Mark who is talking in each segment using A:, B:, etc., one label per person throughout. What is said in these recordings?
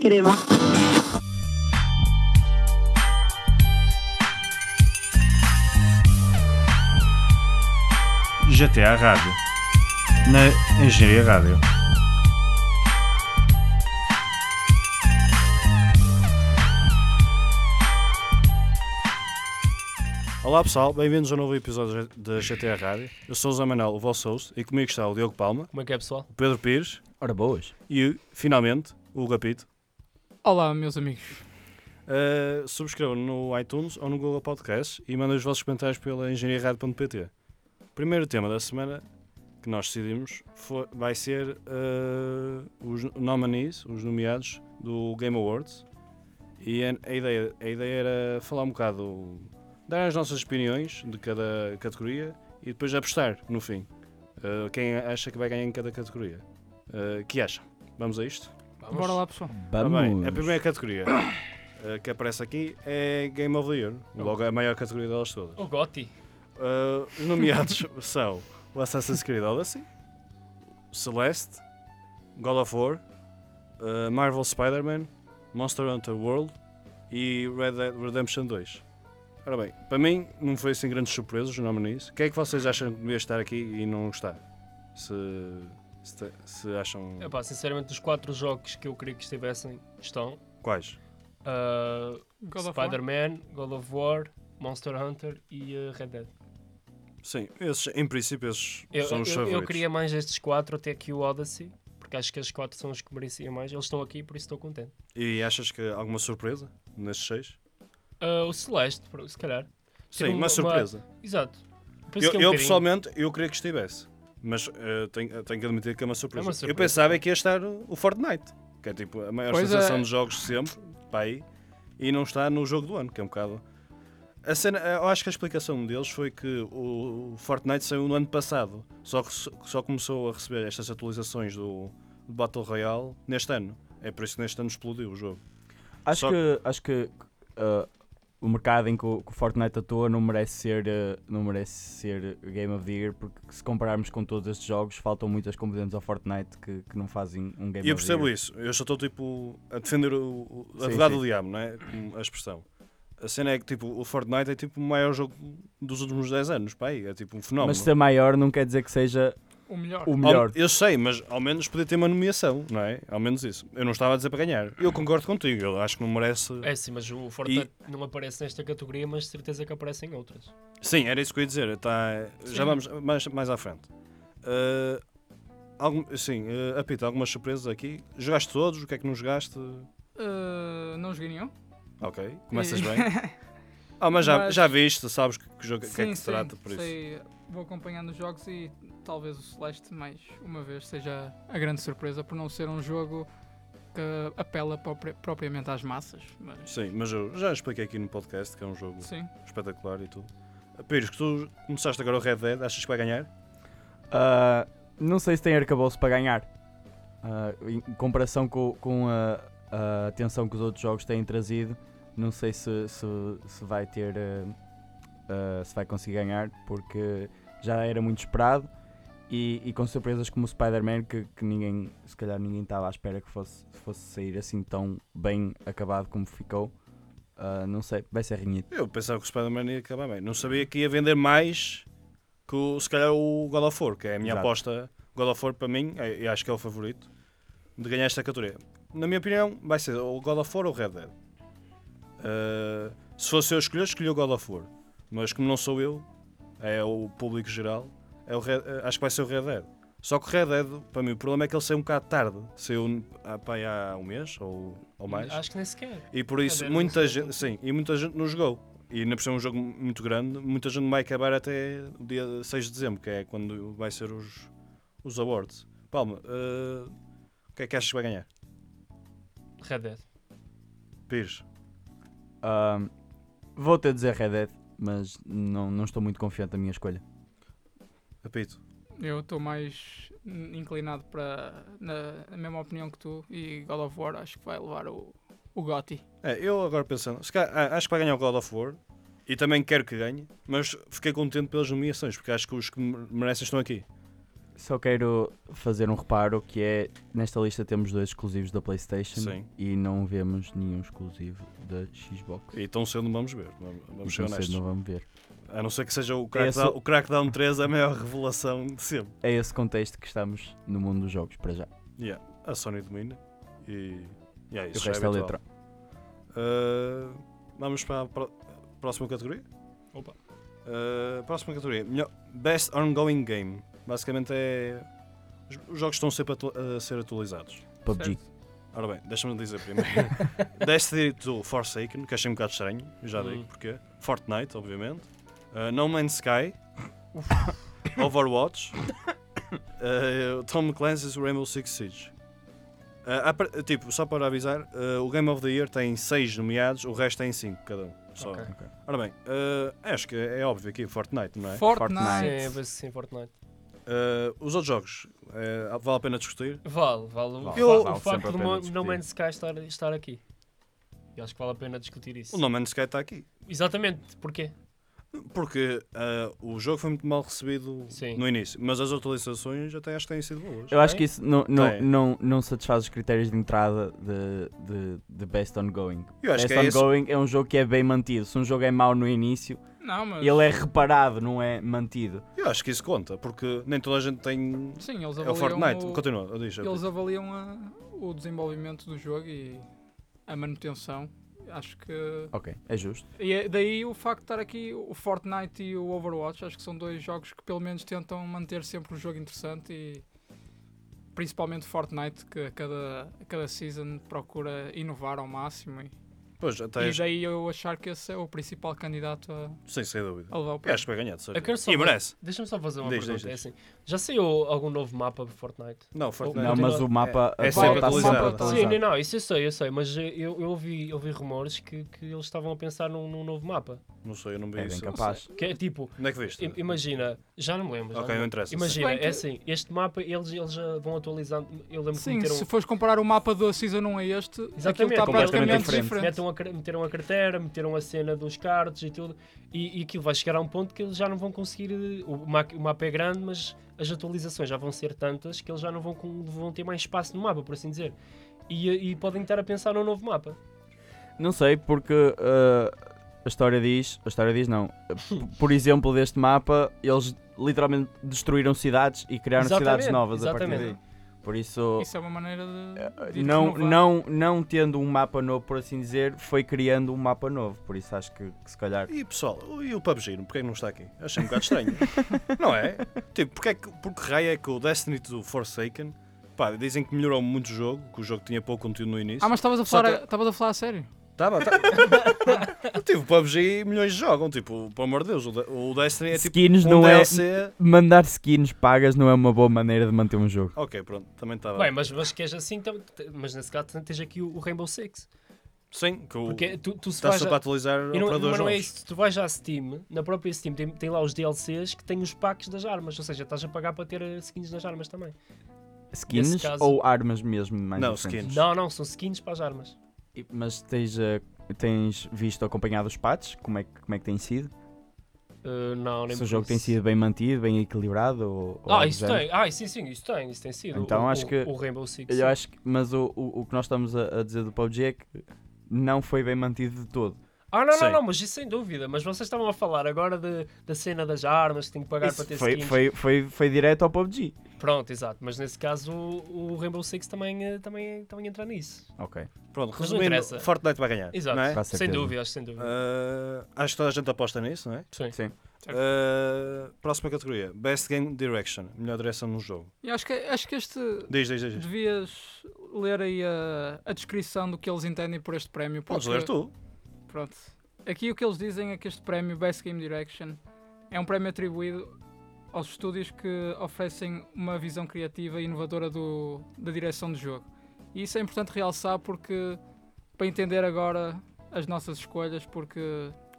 A: crema.
B: GTA Rádio. Na Engenharia Rádio.
C: Olá pessoal, bem-vindos a um novo episódio da GTA Rádio. Eu sou o Zé Manuel, o vosso host, e comigo está o Diogo Palma,
D: Como é que é, pessoal?
C: o Pedro Pires
E: Ora boas.
C: e, finalmente, o Gapito.
D: Olá, meus amigos.
C: Uh, subscrevam no iTunes ou no Google Podcast e mandem os vossos comentários pela engenharia.pt. O primeiro tema da semana que nós decidimos foi- vai ser uh, os nominees, os nomeados do Game Awards. E a, a ideia, a ideia era falar um bocado, dar as nossas opiniões de cada categoria e depois apostar no fim uh, quem acha que vai ganhar em cada categoria. Uh, que acham? Vamos a isto?
D: Bora lá, pessoal.
C: Tá
E: Vamos.
C: bem, a primeira categoria eh, que aparece aqui é Game of the Year, logo é a maior categoria delas todas.
D: O Gotti.
C: Eh, os nomeados são o Assassin's Creed Odyssey, Celeste, God of War, eh, Marvel Spider-Man, Monster Hunter World e Red Dead Redemption 2. Ora bem, para mim não foi assim grandes surpresas o nome nisso. Quem é que vocês acham que devia estar aqui e não estar? Se, se, te- se acham.
D: Epá, sinceramente, os quatro jogos que eu queria que estivessem estão
C: Quais?
D: ah,
F: God of War.
D: Spider-Man, God of War, Monster Hunter e ah, Red Dead.
C: Sim, esses, em princípio esses
D: Eu,
C: são
D: eu,
C: os
D: eu
C: favoritos.
D: queria mais estes quatro até que o Odyssey, porque acho que estes quatro são os que mereciam mais. Eles estão aqui, por isso estou contente.
C: E achas que há alguma surpresa nestes seis?
D: Ah, o Celeste, por- se calhar.
C: Sim,
D: Tipo,
C: uma,
D: uma-
C: surpresa.
D: Exato. Por isso
C: Eu,
D: que é um
C: eu
D: bocadinho-
C: pessoalmente, eu queria que estivesse. Mas eh, tenho, tenho que admitir que é uma, surpresa.
D: É uma surpresa.
C: Eu pensava que ia estar o o Fortnite, que é tipo a maior
F: Pois
C: sensação
F: é.
C: de jogos de sempre, para aí, e não está no jogo do ano, que é um bocado. A cena, eh, eu acho que a explicação deles foi que o o Fortnite saiu no ano passado, só que so- só começou a receber estas atualizações do, do Battle Royale neste ano. É por isso que neste ano explodiu o jogo.
E: Acho
C: Só-
E: que, acho que ah, o mercado em que o, que o Fortnite atua não merece, ser, ah, não merece ser Game of the Year, porque se compararmos com todos estes jogos, faltam muitas componentes ao Fortnite que, que não fazem um Game
C: E eu
E: of the
C: percebo
E: Year.
C: isso. Eu só estou tipo a defender o, o
E: Sim,
C: advogado
E: sim.
C: do diabo, não é? Como A expressão. A cena é que tipo, o Fortnite é tipo o maior jogo dos últimos 10 anos, pá, aí. é tipo um fenómeno.
E: Mas ser maior não quer dizer que seja
F: O melhor.
E: o
C: Ao-
E: melhor.
C: eu sei, mas ao menos podia ter uma nomeação, não é? Ao menos isso. Eu não estava a dizer para ganhar. Eu concordo contigo, eu acho que não merece.
D: É sim, mas o Fortnite não aparece nesta categoria, mas de certeza que aparecem outras.
C: Sim, era isso que eu ia dizer. Tá... Já vamos mais, mais à frente. Ah, algum... Sim, ah, apito, algumas surpresas aqui. Jogaste todos? O que é que não jogaste?
F: Uh, não joguei nenhum.
C: Ok, começas
F: E-
C: bem. Ah, mas já,
F: Mas-
C: já viste, sabes que, que jogo que é
F: sim,
C: que se
F: sim,
C: trata por isso.
F: sei, Vou acompanhando os jogos e talvez o Celeste mais uma vez seja a grande surpresa por não ser um jogo que apela propri- propriamente às massas. Mas
C: Sim, mas eu já expliquei aqui no podcast que é um jogo
F: sim.
C: espetacular e tudo. Pires, que tu começaste agora o Red Dead, achas que vai ganhar?
E: Ah, não sei se tem arcabouço para ganhar. Ah, em comparação com, com a, a atenção que os outros jogos têm trazido, não sei se, se, se vai ter. ah, ah, se vai conseguir ganhar, porque já era muito esperado. E, e com surpresas como o Spider-Man, que, que ninguém, se calhar ninguém estava à espera que fosse, fosse sair assim tão bem acabado como ficou. Ah, não sei, vai ser renhido.
C: Eu pensava que o Spider-Man ia acabar bem. Não sabia que ia vender mais que o- se calhar o God of War, que é a minha
E: Exato.
C: aposta. God of War para mim, é- eu acho que é o favorito de ganhar esta categoria. Na minha opinião, vai ser ou God of War ou Red Dead. Ah, se fosse eu escolher, escolhi o God of War. Mas como não sou eu, é o público geral, é o Red- eh, acho que vai ser o Red Dead. Só que o Red Dead, para mim, o problema é que ele saiu um bocado tarde. Saiu ah, pá, aí há um mês ou, ou mais.
D: Acho que nem sequer.
C: E por isso
D: Cadê?
C: muita gente, sim, e muita gente não jogou. E na é um jogo muito grande, muita gente vai acabar até o dia 6 de dezembro, que é quando vai ser os, os awards. Palma, eh, o que é que achas que vai ganhar?
D: Red Dead.
C: Pires,
E: Ah, vou ter de dizer Red Dead, mas não, não estou muito confiante da minha escolha.
C: apito.
F: Eu estou mais n- inclinado para na, na mesma opinião que tu e God of War acho que vai levar o, o Gotti.
C: É, eu agora pensando, se calhar, ah, acho que vai ganhar o God of War, e também quero que ganhe, mas fiquei contente pelas nomeações, porque acho que os que merecem estão aqui.
E: Só quero fazer um reparo que é nesta lista temos dois exclusivos da PlayStation
C: Sim.
E: e não vemos nenhum exclusivo da Xbox.
C: E tão cedo não vamos ver. Vamos, vamos ser
E: Então, cedo
C: honestos.
E: não vamos ver.
C: A não ser que seja o Crackdown,
E: Esse-
C: o Crackdown 3 a maior revelação de sempre.
E: É esse contexto que estamos no mundo dos jogos para já.
C: Yeah. A Sony domina e. Yeah,
E: E o
C: isso já
E: resto é
C: habitual.
E: letra.
C: Ah, vamos para a pró- próxima categoria?
D: Opa.
C: Ah, próxima categoria. Melhor- Best Ongoing Game. Basicamente é. Os os jogos estão sempre atu- a ser atualizados.
E: PUBG.
F: Certo?
C: Ora bem, deixa-me dizer primeiro. Destiny 2 Forsaken, que achei um bocado estranho, eu já digo
D: Hum.
C: porquê. Fortnite, obviamente. Uh, no Man's Sky. Overwatch. Uh, Tom Clancy's Rainbow Six Siege. Uh, há par- tipo, só para avisar, uh, o Game of the Year tem 6 nomeados, o resto tem 5 cada um. Só.
D: Ok.
E: Ok.
C: Ora bem, uh, acho que é óbvio aqui, Fortnite, não é?
E: Fortnite.
F: Fortnite.
D: Sim, é bem assim, Fortnite.
C: Uh, os outros jogos, uh, vale a pena discutir?
D: Vale, vale.
E: Vale,
D: eu,
E: vale
D: o facto
E: sempre a
D: do
E: pena
D: Mo-
E: discutir.
D: No Man's Sky estar, estar aqui. Eu acho que vale a pena discutir isso.
C: O No Man's Sky está aqui.
D: Exatamente, porquê?
C: Porque ah, o jogo foi muito mal recebido
D: Sim.
C: no início, mas as atualizações até acho que têm sido boas.
E: Eu acho que isso não, não,
C: Tem.
E: não, não satisfaz os critérios de entrada de, de, de Best Ongoing.
C: Eu acho
E: Best
C: que é esse.
E: Ongoing é um jogo que é bem mantido. Se um jogo é mau no início,
F: Não, mas.
E: ele é reparado, não é mantido.
C: Eu acho que isso conta, porque nem toda a gente tem.
F: Sim, eles
C: É o
F: avaliam.
C: Fortnite.
F: o-
C: Continua, deixa.
F: Eles avaliam a- o desenvolvimento do jogo e a manutenção. Acho que.
E: Ok, é justo.
F: E é- daí o facto de estar aqui o Fortnite e o Overwatch, acho que são dois jogos que pelo menos tentam manter sempre o jogo interessante e principalmente Fortnite, que a cada, a cada season procura inovar ao máximo. E,
C: Pois, até
F: e daí eu achar que esse é o principal candidato a,
C: sem, sem dúvida.
F: a levar o
C: Eu
F: prémio.
C: É, acho que vai ganhar, de
D: Eu quero
C: certeza.
D: só
C: E
D: ver-
C: merece.
D: Deixa-me só fazer uma
C: Diz,
D: pergunta.
C: diz,
D: É assim, já saiu algum novo mapa de Fortnite?
C: Não, Fortnite.
E: Não,
D: continua.
E: mas o mapa
C: É- é
E: atual
C: sempre
E: está
C: atualizado.
E: atualizado.
D: Sim, não, não, isso eu sei, eu sei, mas eh, eu, eu ouvi, eu ouvi rumores que, que eles estavam a pensar num, num novo mapa.
C: Não sei, eu não vi
E: É bem
C: isso.
E: capaz.
D: Que é tipo,
C: Onde é que viste?
D: i- imagina, já não me lembro. já
C: Ok,
D: me
C: não
D: lembro.
C: interessa.
D: Imagina,
F: bem que-
D: é assim, este mapa eles, eles já vão atualizando. Eu lembro que
F: Sim,
D: meteram. um
F: se fores comparar o mapa do Season 1 a este, aquilo
D: Exatamente,
F: está
D: completamente
F: praticamente
E: diferente.
F: é diferente.
D: Meteram a, cra- meteram a carteira, meteram a cena dos cards e tudo, e, e aquilo vai chegar a um ponto que eles já não vão conseguir. eh, O, ma- o mapa é grande, mas as atualizações já vão ser tantas que eles já não vão, com- vão ter mais espaço no mapa, por assim dizer. E, eh, e podem estar a pensar num novo mapa.
E: Não sei, porque eh, a história diz. A história diz não. P- Por exemplo, deste mapa, eles literalmente destruíram cidades e criaram cidades
D: Exatamente,
E: novas a partir
D: exatamente.
E: daí. Por
D: um-
E: isso. eh,
F: Isso é uma maneira de. de
E: É, Não,
F: renovar.
E: não, não tendo um mapa novo, por assim dizer, foi criando um mapa novo. Por isso acho que, que se calhar.
C: E pessoal, o- e o PUBG, porquê é que não está aqui? Achei um bocado estranho. não é? Tipo, porque, é que, porque raio é que o Destiny do Forsaken, pá, dizem que melhorou muito o jogo, que o jogo tinha pouco conteúdo no início.
F: Ah, mas estavas a,
C: Só
F: falar
C: que-
F: a- estavas a falar a sério?
C: Tava, tá... tipo, PUBG milhões de jogam, tipo, pelo amor de Deus, o De- o Destiny é tipo
E: skins
C: um
E: não
C: DLC.
E: Mandar skins pagas não é uma boa maneira de manter um jogo.
C: Ok, pronto, também tá estava.
D: Bem, mas, mas queres assim, então, te- mas nesse caso tens aqui o, o Rainbow Six.
C: Sim, que o...
D: Porque tu, tu se
C: está
D: vais.
C: sempre a
D: a-
C: atualizar
D: E não,
C: operadores
D: mas não é
C: novos.
D: isso, tu vais à Steam, na própria Steam tem, tem lá os DLCs que têm os packs das armas, ou seja, estás a pagar para ter eh, skins nas armas também.
E: Skins
D: Nesse caso-
E: ou armas mesmo? Mais
C: Não,
E: recentes?
C: skins.
D: Não, não, são skins para as armas.
E: E- Mas tens, eh, tens visto acompanhado os patches? Como é, que- como é que tem sido?
D: Uh, não, nem
E: Se o
D: por
E: jogo
D: isso.
E: tem sido bem mantido, bem equilibrado? Ou, ou
D: Ah,
E: algo
D: isso
E: do género?
D: tem. Ah, sim, sim, isso tem, isso tem sido.
E: Então,
D: o,
E: acho
D: o,
E: que-
D: O Rainbow Six. sim.
E: Eu acho que, mas o, o, o que nós estamos a, a dizer do PUBG é que não foi bem mantido de todo.
D: Ah, não,
C: Sim.
D: não, não, mas isso sem dúvida. Mas vocês estavam a falar agora de, da cena das armas, que tem que pagar
E: Isso
D: para ter
E: foi,
D: skins.
E: foi, foi, foi direto ao PUBG.
D: Pronto, exato. Mas nesse caso o, o Rainbow Six também, eh, também, também entra nisso.
E: Ok.
C: Pronto,
D: Mas não
C: resumindo,
D: interessa.
C: Fortnite vai ganhar.
D: Exato.
C: Não é?
E: Com
D: Sem
E: certeza.
D: dúvida, acho sem dúvida.
C: Ah, acho que toda a gente aposta nisso, não é?
D: Sim.
E: Sim.
F: Certo.
C: Ah, próxima categoria: Best Game Direction, melhor direção no jogo.
F: E acho que, acho que este,
C: Diz, diz, diz. diz.
F: Devias ler aí a, a descrição do que eles entendem por este prémio.
C: Podes
F: porque-
C: ler tu.
F: Pronto. Aqui o que eles dizem é que este prémio Best Game Direction é um prémio atribuído aos estúdios que oferecem uma visão criativa e inovadora do, da direção do jogo. E isso é importante realçar porque para entender agora as nossas escolhas, porque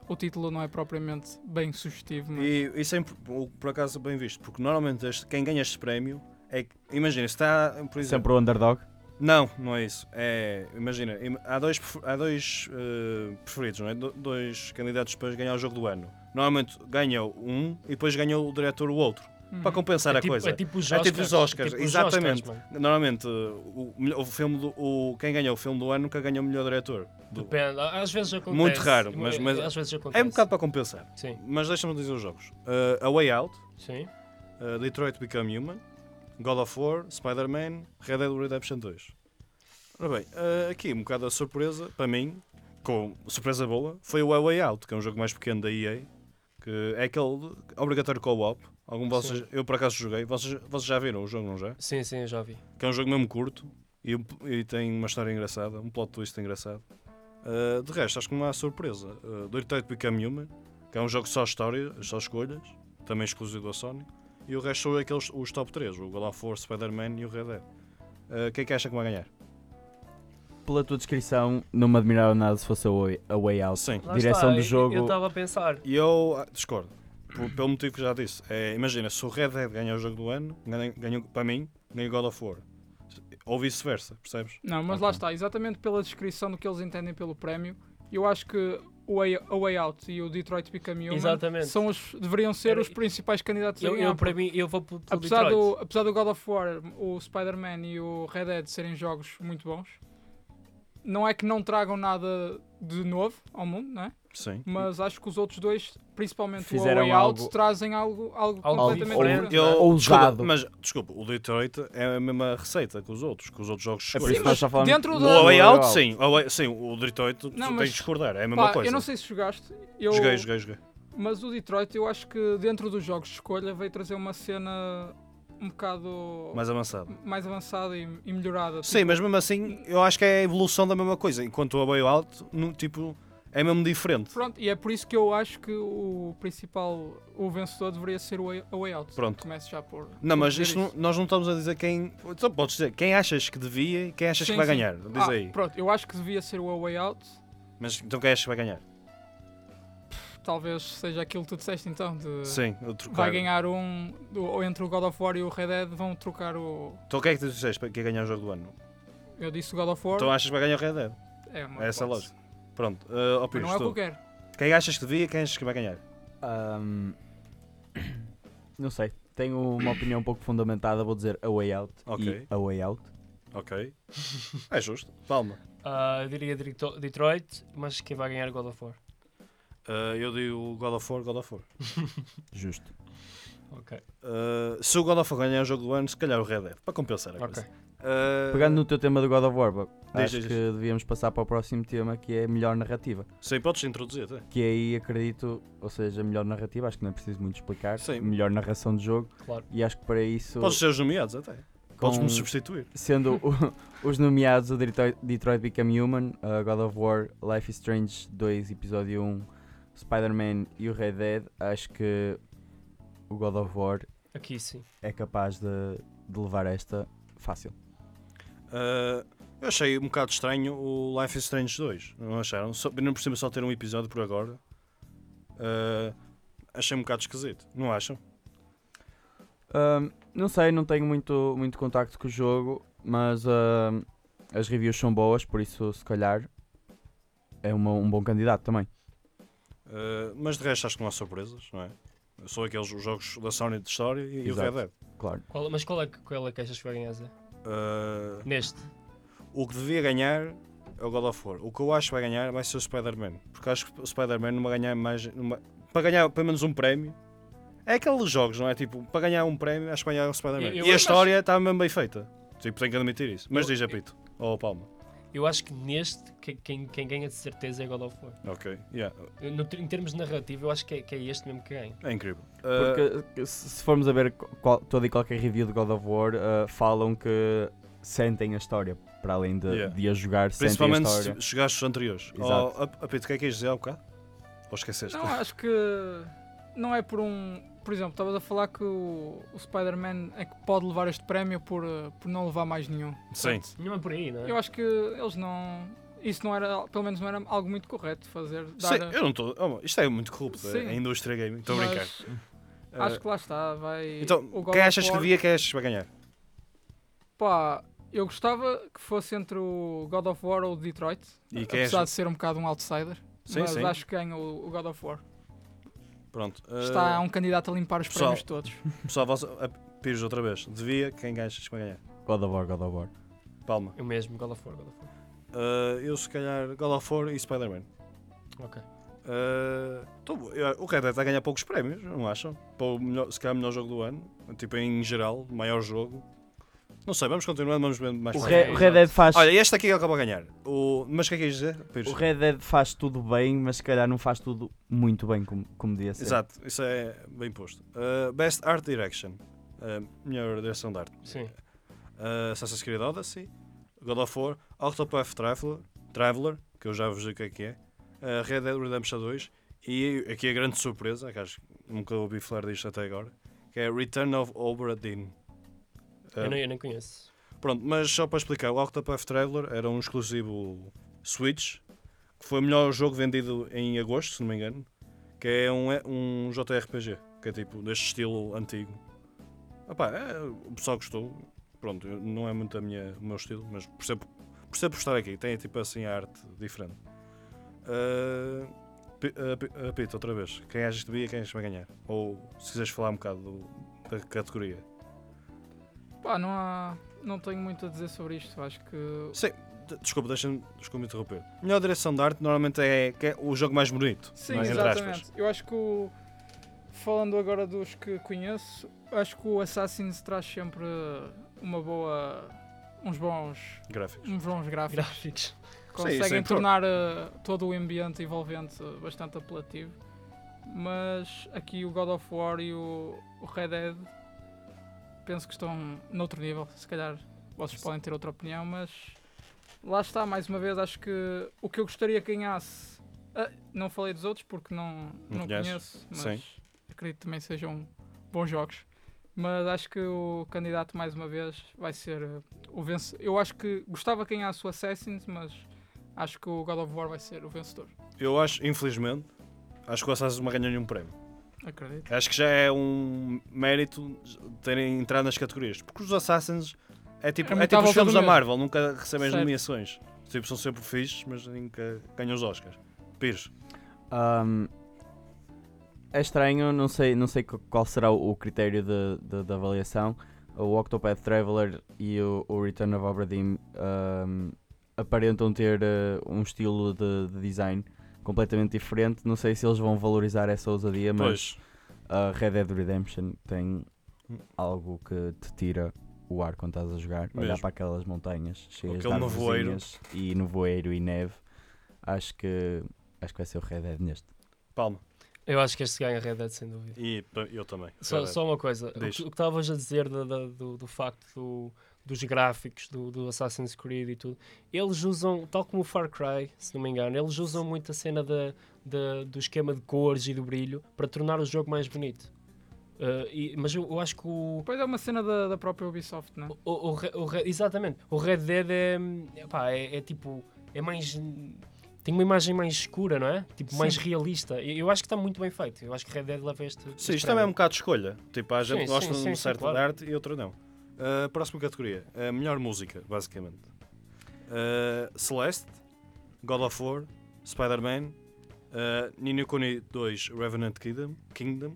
F: o título não é propriamente bem sugestivo, mas
C: E isso é por por acaso bem visto, porque normalmente este- quem ganha este prémio é que, imagina, se está, por
D: é
C: exemplo,
E: Sempre o underdog.
C: Não, não é isso. É, imagina, im- há dois, prefe- há dois eh, preferidos, não é? Do- dois candidatos para ganhar o jogo do ano. Normalmente ganha um e depois ganha o diretor o outro.
F: Uhum.
C: para compensar
D: é
C: a
D: tipo,
C: coisa.
D: É tipo os
C: É
D: Oscars.
C: tipo os Oscars,
D: tipo os
C: exatamente.
D: Oscars, mano.
C: Normalmente, o, melhor- o filme do, o- quem ganha o filme do ano nunca ganha o melhor diretor. Do-
D: Depende, às vezes acontece. Tipo,
C: Muito raro, mas- mas-
D: Às vezes acontece.
C: É um bocado para compensar.
D: Sim,
C: Mas deixa-me dizer os jogos: Uh, A Way Out,
D: sim.
C: uh, Detroit Become Human, God of War, Spider-Man, Red Dead Redemption 2. Ora bem, uh, aqui um bocado a surpresa, para mim, com surpresa boa, foi o A Way Out, que é um jogo mais pequeno da EA, que é aquele obrigatório co-op. Algum de vocês, eu por acaso joguei, vocês, vocês já viram o jogo, não já?
D: Sim, sim, eu já vi.
C: que é um jogo mesmo curto e, e tem uma história engraçada, um plot twist engraçado. Ah, de resto, acho que não há surpresa. Uh, Detroit Become Human, que é um jogo só história, só escolhas, também exclusivo da Sony. E o resto são aqueles, os top 3, o God of War, Spider-Man e o Red Dead. Ah, quem é que acha que vai ganhar?
E: Pela tua descrição, não me admirava nada se fosse a Way, a Way Out.
C: Ah, Sim.
D: Lá
E: Direção
D: está,
E: do
D: eu-
E: jogo-
D: Eu estava a pensar.
C: E eu ah, discordo, por- pelo motivo que já disse. É, imagina, se o Red Dead ganha o jogo do ano, ganha, ganha- para mim, ganha o God of War. Ou vice-versa, percebes?
F: Não, mas lá está, exatamente pela descrição do que eles entendem pelo prémio, eu acho que o Way, a Way Out e o Detroit Become Human
D: Exatamente.
F: são os, deveriam ser
D: Era-
F: os principais candidatos a
D: Eu,
F: ganhar.
D: eu, para mim,
F: porque
D: eu vou pelo pelo
F: apesar, do,
D: Detroit.
F: apesar do God of War, o Spider-Man e o Red Dead serem jogos muito bons, não é que não tragam nada de novo ao mundo, não é?
C: Sim.
F: mas acho que os outros dois, principalmente
E: Fizeram
F: o Way Out,
E: algo-
F: trazem algo, algo,
D: Algo
F: completamente
E: diferente.
F: diferente.
C: Eu-
E: Ousado.
C: Desculpa, mas, desculpa, o Detroit é a mesma receita que os outros, que os outros jogos
E: É por
C: escolhem.
E: isso que nós só falamos
F: dentro
E: do
F: do-
C: O
F: Não,
C: Way
E: Way
C: Out, sim. O way, sim, o Detroit, tu
F: Não,
C: tens
F: mas-
C: de discordar, é a mesma
F: Pá,
C: coisa.
F: eu não sei se jogaste, eu,
C: Joguei, joguei, joguei.
F: mas o Detroit eu acho que dentro dos jogos de escolha veio trazer uma cena um bocado
C: Mais avançado.
F: mais avançada e, e melhorada.
C: Sim, mas mesmo assim, eu acho que é a evolução da mesma coisa. Enquanto o Way Out, no, tipo, é mesmo diferente.
F: Pronto, e é por isso que eu acho que o principal, o vencedor deveria ser o Way, o way Out.
C: Pronto.
F: Começo já por.
C: Não,
F: por
C: mas
F: dizer
C: isto não- nós não estamos a dizer quem. Então podes dizer quem achas que devia e quem achas
F: Sim,
C: que vai
F: sim.
C: ganhar. Diz
F: Ah,
C: aí.
F: Pronto, eu acho que devia ser o Way Out.
C: Mas então quem achas que vai ganhar?
F: Talvez seja aquilo que tu disseste então, de
C: Sim, eu trocar.
F: vai ganhar um. do- ou entre o God of War e o Red Dead vão trocar o.
C: Então quem é que tu disseste para- que ia ganhar o jogo do ano?
F: Eu disse o God of War.
C: Então achas que vai ganhar o Red Dead?
F: é uma
C: É essa a
F: hipótese.
C: lógica. Pronto, uh,
F: Mas
C: opiniões,
F: não é o
C: tu.
F: que eu quero.
C: Quem achas que devia, quem achas que vai ganhar?
E: Ahm, não sei. Tenho uma opinião um pouco fundamentada. Vou dizer a Way Out
C: Ok.
E: e a Way Out.
C: Ok. É justo. Palma.
D: Ah, eu diria Dirito- Detroit, mas quem vai ganhar é God of War.
C: Eh, eu digo God of War, God of War.
E: Justo.
D: Ok.
C: Uh, se o God of War ganhar o jogo do ano, se calhar o Red Dead, para compensar a
D: Ok.
C: coisa. Uh,
E: Pegando no teu tema do God of War, Bob,
C: Diz,
E: acho
C: diz,
E: que devíamos passar para o próximo tema que é melhor narrativa.
C: Sim, podes introduzir até.
E: Que aí acredito, ou seja, melhor narrativa, acho que não é preciso muito explicar.
C: Sim.
E: Melhor narração de jogo.
D: Claro.
E: E acho que para isso,
C: Podes ser os nomeados até. Podes-me substituir.
E: sendo o- os nomeados o Detroit, Detroit Become Human, uh, God of War, Life is Strange 2, Episódio 1, Spider-Man e o Red Dead, acho que o God of War
D: Aqui sim.
E: é capaz de, de levar esta fácil.
C: Uh, eu achei um bocado estranho o Life is Strange 2. Não acharam? Só, não por cima só ter um episódio por agora. Uh, achei um bocado esquisito. Não acham?
E: Ahm, não sei, não tenho muito, muito contacto com o jogo, mas ahm, as reviews são boas, por isso se calhar é uma- um bom candidato também.
C: Uh, mas de resto acho que não há surpresas, não é? Só aqueles os jogos da Sony de história e, e o Red
E: Exato.
C: Dead.
E: Claro.
D: Qual- mas qual é, que- qual é que achas que vai ganhar, Zé?
C: Uh,
D: Neste.
C: O que devia ganhar é o God of War. O que eu acho que vai ganhar vai ser o Spider-Man. Porque acho que o Spider-Man não vai ganhar mais. não vai- para ganhar pelo menos um prémio. É aqueles jogos, não é? Tipo, para ganhar um prémio, acho que vai ganhar o Spider-Man.
D: Eu- eu
C: E a
D: acho-
C: história está mesmo bem feita. Tipo, tenho que admitir isso. Mas
D: Eu-
C: diz a Pito. Ou a Palma.
D: Eu acho que neste, que- quem, quem ganha de certeza é God of War.
C: Ok. Yeah.
D: Eu, no- em termos de narrativa, eu acho que é, que é este mesmo que ganha.
C: É incrível. Uh,
E: Porque se se formos a ver qual- toda e qualquer review de God of War, ah, falam que sentem a história, para além de,
C: Yeah.
E: de a jogar, sentem a
C: principalmente
E: história.
C: se chegaste os anteriores.
E: Exato.
C: Oh, a, a Pito, o que é que ias dizer há bocado? Ou esqueceste?
F: Não, acho que não é por um. Por exemplo, estavas a falar que o, o Spider-Man é que pode levar este prémio por, eh, por não levar mais nenhum.
C: Sim.
D: Não é por aí, não é?
F: Eu acho que eles não. Isso não era, pelo menos não era algo muito correto fazer. Dar,
C: Sim,
F: a-
C: eu não estou. Oh, isto é muito corrupto.
F: Sim.
C: A indústria gaming. Estou a
F: mas
C: brincar.
F: Acho
C: Uh,
F: que lá está, vai.
C: então,
F: God
C: quem
F: of
C: achas que
F: War-
C: devia, quem achas que vai ganhar?
F: Pá, eu gostava que fosse entre o God of War ou o Detroit.
C: E quem
F: apesar
C: achas-
F: de ser um bocado um outsider.
C: Sim,
F: mas
C: sim.
F: acho que ganha o, o God of War.
C: Pronto. eh,
F: Está um candidato a limpar os
C: pessoal.
F: prémios todos.
C: Pessoal, vos, a, Pires outra vez. Devia quem achas que vai ganhar?
E: God of War, God of War.
C: Palma.
D: Eu É mesmo, God of War, God of War.
C: Eh, eu se calhar God of War e Spider-Man.
D: Ok.
C: Eh, tô bo- eu- o Red Dead está a ganhar poucos prémios, não acham? Para o melhor, se calhar o melhor jogo do ano. Tipo, em geral, maior jogo. Não sei, vamos continuando, vamos ver mais
E: O,
C: para
E: Re-
C: frente.
E: o Red Dead faz,
C: Olha, este aqui acaba a ganhar. O... Mas o que é que queres dizer, Pires?
E: o Red Dead faz tudo bem, mas se calhar não faz tudo muito bem, como, como devia ser.
C: Exato, isso é bem posto. Eh, Best Art Direction. Eh, melhor direção de arte.
D: Sim.
C: Eh, Assassin's Creed Odyssey, God of War, Octopath Traveler, Traveler que eu já vos digo o que é que é, eh, Red Dead Redemption 2 e aqui a grande surpresa, que acho que nunca ouvi falar disto até agora, que é Return of Obra Dinn. Eh,
D: Eu, não, eu nem conheço.
C: Pronto, mas só para explicar, o Octopath Traveler era um exclusivo Switch, que foi o melhor jogo vendido em agosto, se não me engano, que é um, um JRPG, que é tipo deste estilo antigo. Opá, é, o pessoal gostou, pronto, eu- não é muito a minha, o meu estilo, mas percebo, percebo por estar aqui, tem tipo assim a arte diferente. Ah, Pi- ah, Pi- ah, Pito, outra vez, quem achas que devia, quem achas que vai ganhar? Ou se quiseres falar um bocado do- da categoria.
F: Pá, não há. Não tenho muito a dizer sobre isto. Acho que.
C: Sim, de- desculpa, deixa-me desculpa interromper. Melhor direção de arte normalmente é, que é o jogo mais bonito.
F: Sim,
C: não é? Entre aspas.
F: exatamente. Eu acho que o. Falando agora dos que conheço, acho que o Assassin's traz sempre uma boa. uns bons.
C: Gráficos.
F: uns bons gráficos.
D: Gráficos.
C: isso é
F: conseguem
C: importante.
F: tornar eh, todo o ambiente envolvente eh, bastante apelativo. Mas aqui o God of War e o, o Red Dead penso que estão noutro nível. Se calhar vocês podem ter outra opinião, mas lá está, mais uma vez, acho que o que eu gostaria que ganhasse. ah, não falei dos outros porque não,
C: Não
F: não,
C: conheces?
F: conheço, mas
C: Sim.
F: acredito que também sejam bons jogos. Mas acho que o candidato, mais uma vez, vai ser eh, o vencedor. Eu acho que gostava que ganhasse o Assassin's, mas acho que o God of War vai ser o vencedor.
C: Eu acho, infelizmente, acho que o Assassin's não ganhou nenhum prémio.
F: Acredito.
C: Acho que já é um mérito terem entrado nas categorias. Porque os Assassins é tipo,
F: É
C: é
F: muito à
C: tipo os
F: volta
C: filmes
F: do
C: da
F: mesmo.
C: Marvel, nunca recebem as
F: Certo.
C: nomeações. Tipo, são sempre fixes, mas nunca ganham os Oscars. Pires,
E: Ahm, é estranho, não sei, não sei qu- qual será o o critério de, de- de avaliação. O Octopath Traveler e o, o Return of Obra Dinn ahm, aparentam ter eh, um estilo de, de design completamente diferente. Não sei se eles vão valorizar essa ousadia, mas
C: pois,
E: a Red Dead Redemption tem
C: Hum.
E: algo que te tira o ar quando estás a jogar. Olhar
C: Mesmo.
E: para aquelas montanhas cheias de
C: Aquele nevoeiro.
E: arvorezinhas e nevoeiro e neve. Acho que acho que vai ser o Red Dead neste.
C: Palma.
D: Eu acho que este ganha Red Dead, sem dúvida.
C: E pa- eu também.
D: Só,
C: Verdade.
D: só uma coisa, o que-
C: Diz.
D: o que estavas a dizer da- da- do, do facto do- dos gráficos do, do Assassin's Creed e tudo, eles usam, tal como o Far Cry, se não me engano, eles usam muito a cena da, da- do esquema de cores e do brilho para tornar o jogo mais bonito. Uh, e- mas eu, eu acho que o,
F: Depois é uma cena da, da própria Ubisoft, não é?
D: o- o- o Re- o Re- exatamente, o Red Dead é, hum, epá, é- é tipo, é mais. Tem uma imagem mais escura, não é? Tipo, mais
F: Sim.
D: realista. E Eu acho que está muito bem feito. Eu acho que Red Dead leva este.
C: Sim,
D: este
C: isto também é um
D: prémio.
C: bocado de escolha. Tipo, há gente
D: Sim,
C: que gosta
D: sim,
C: de
D: sim,
C: um
D: sim,
C: certo
D: claro.
C: de arte e outra não. Uh, próxima categoria. A melhor música, basicamente. Uh, Celeste, God of War, Spider-Man, uh, Nino Kuni 2 Revenant Kingdom, Kingdom,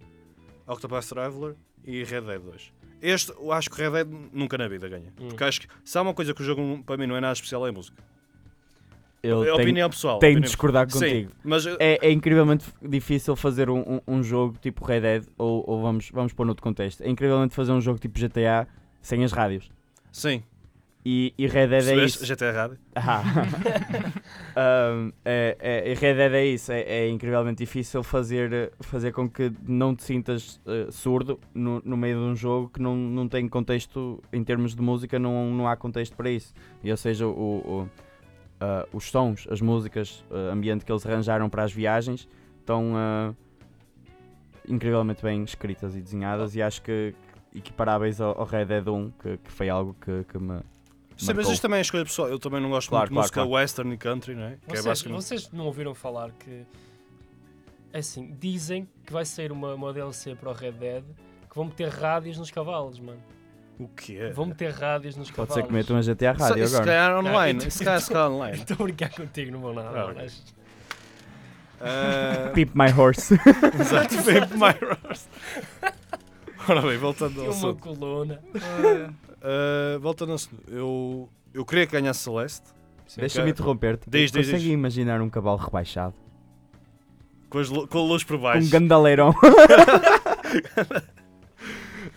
C: Octopath Traveler e Red Dead 2. Este, eu acho que Red Dead nunca na vida ganha.
D: Hum.
C: Porque acho que se há uma coisa que o jogo não- para mim não é nada especial é a música.
E: Eu
C: é
E: tenho,
C: opinião pessoal.
E: tenho de
C: opinião
E: discordar
C: pessoal.
E: contigo.
C: Sim, mas uh,
E: É, é incrivelmente difícil fazer um, um- um jogo tipo Red Dead, ou, ou vamos, vamos pôr noutro contexto. É incrivelmente fazer um jogo tipo GTA sem as rádios.
C: sim,
E: E, e Red Dead é
C: percebeste?
E: isso.
C: já está errado.
E: Ah. Ahm, é, é, e Red Dead é isso. É, é incrivelmente difícil fazer, fazer com que não te sintas eh, surdo no, no meio de um jogo que não, não tem contexto em termos de música, não, não há contexto para isso. E, ou seja, o, o- ah, os sons, as músicas, o ambiente que eles arranjaram para as viagens estão ah, incrivelmente bem escritas e desenhadas e acho que equiparáveis ao, ao Red Dead 1, que, que foi algo que, que me.
C: Sim, mas
E: marcou.
C: isto também é escolha pessoal. Eu também não gosto
E: Claro,
C: muito de
E: claro,
C: música
E: claro.
C: western e country, não é? Que é
D: Vocês,
C: basicamente.
D: vocês não ouviram falar que. Assim, dizem que vai sair uma, uma DLC para o Red Dead que vão meter rádios nos cavalos, mano.
C: O que é?
D: Vão meter rádios nos
E: Pode
D: cavalos.
E: ser que metam a GTA Rádio
C: se, se
E: agora.
C: calhar
D: Ah,
C: online.
D: então-
C: Se calhar, se calhar online.
D: Estou a brincar contigo, não vão nada.
C: Ah,
D: mano.
C: ok.
D: Acho-
C: Ah,
E: Pip My Horse.
C: Exato, Pimp My Horse. Ora bem, voltando ao
D: Tem uma
C: assunto.
D: coluna.
F: Ah,
C: Ah, voltando ao assunto, eu, eu queria que ganhasse Celeste.
E: Deixa-me
C: ok.
E: interromper-te.
C: Diz, diz,
E: Consegue
C: diz.
E: imaginar um cavalo rebaixado?
C: Com, as lu- com a luz por
E: Um
C: baixo.
E: gandaleirão.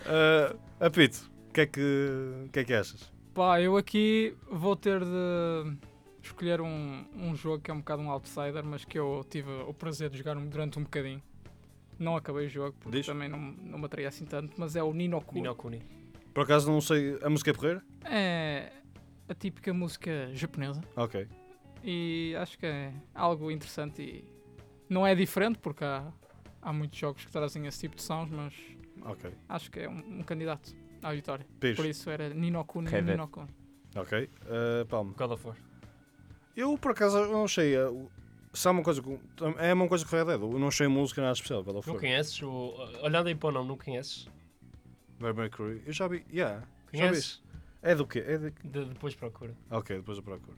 C: Ah, apito, o que, é que, o que é que achas?
F: pá, eu aqui vou ter de escolher um, um jogo que é um bocado um outsider, mas que eu tive o prazer de jogar um- durante um bocadinho. Não acabei o jogo, porque
C: Diz.
F: também não, não me atraía assim tanto, mas é o Nino Kuni.
D: Nino Kuni.
C: Por acaso não sei. A música é porreira?
F: É a típica música japonesa
C: Ok.
F: e acho que é algo interessante e não é diferente porque há, há muitos jogos que trazem esse tipo de sons, mas
C: Ok.
F: acho que é um, um candidato à vitória.
C: Pires.
F: Por isso era Ninokuni
E: Red Dead.
F: Ninokuni.
C: Ok. Ah, Palma.
D: God of War.
C: Eu por acaso eu não achei. ah, o- Se há uma coisa. com- É uma coisa que eu Dead. Eu não achei a música nada especial. Bela
D: Não
C: foi.
D: conheces? O... Olhando aí para o nome, não conheces?
C: Bear Mercury. Eu já vi. Yeah. Já vi.
D: Conheces?
C: isso. É do quê? É de...
D: De- depois procura.
C: Ok, depois eu procuro.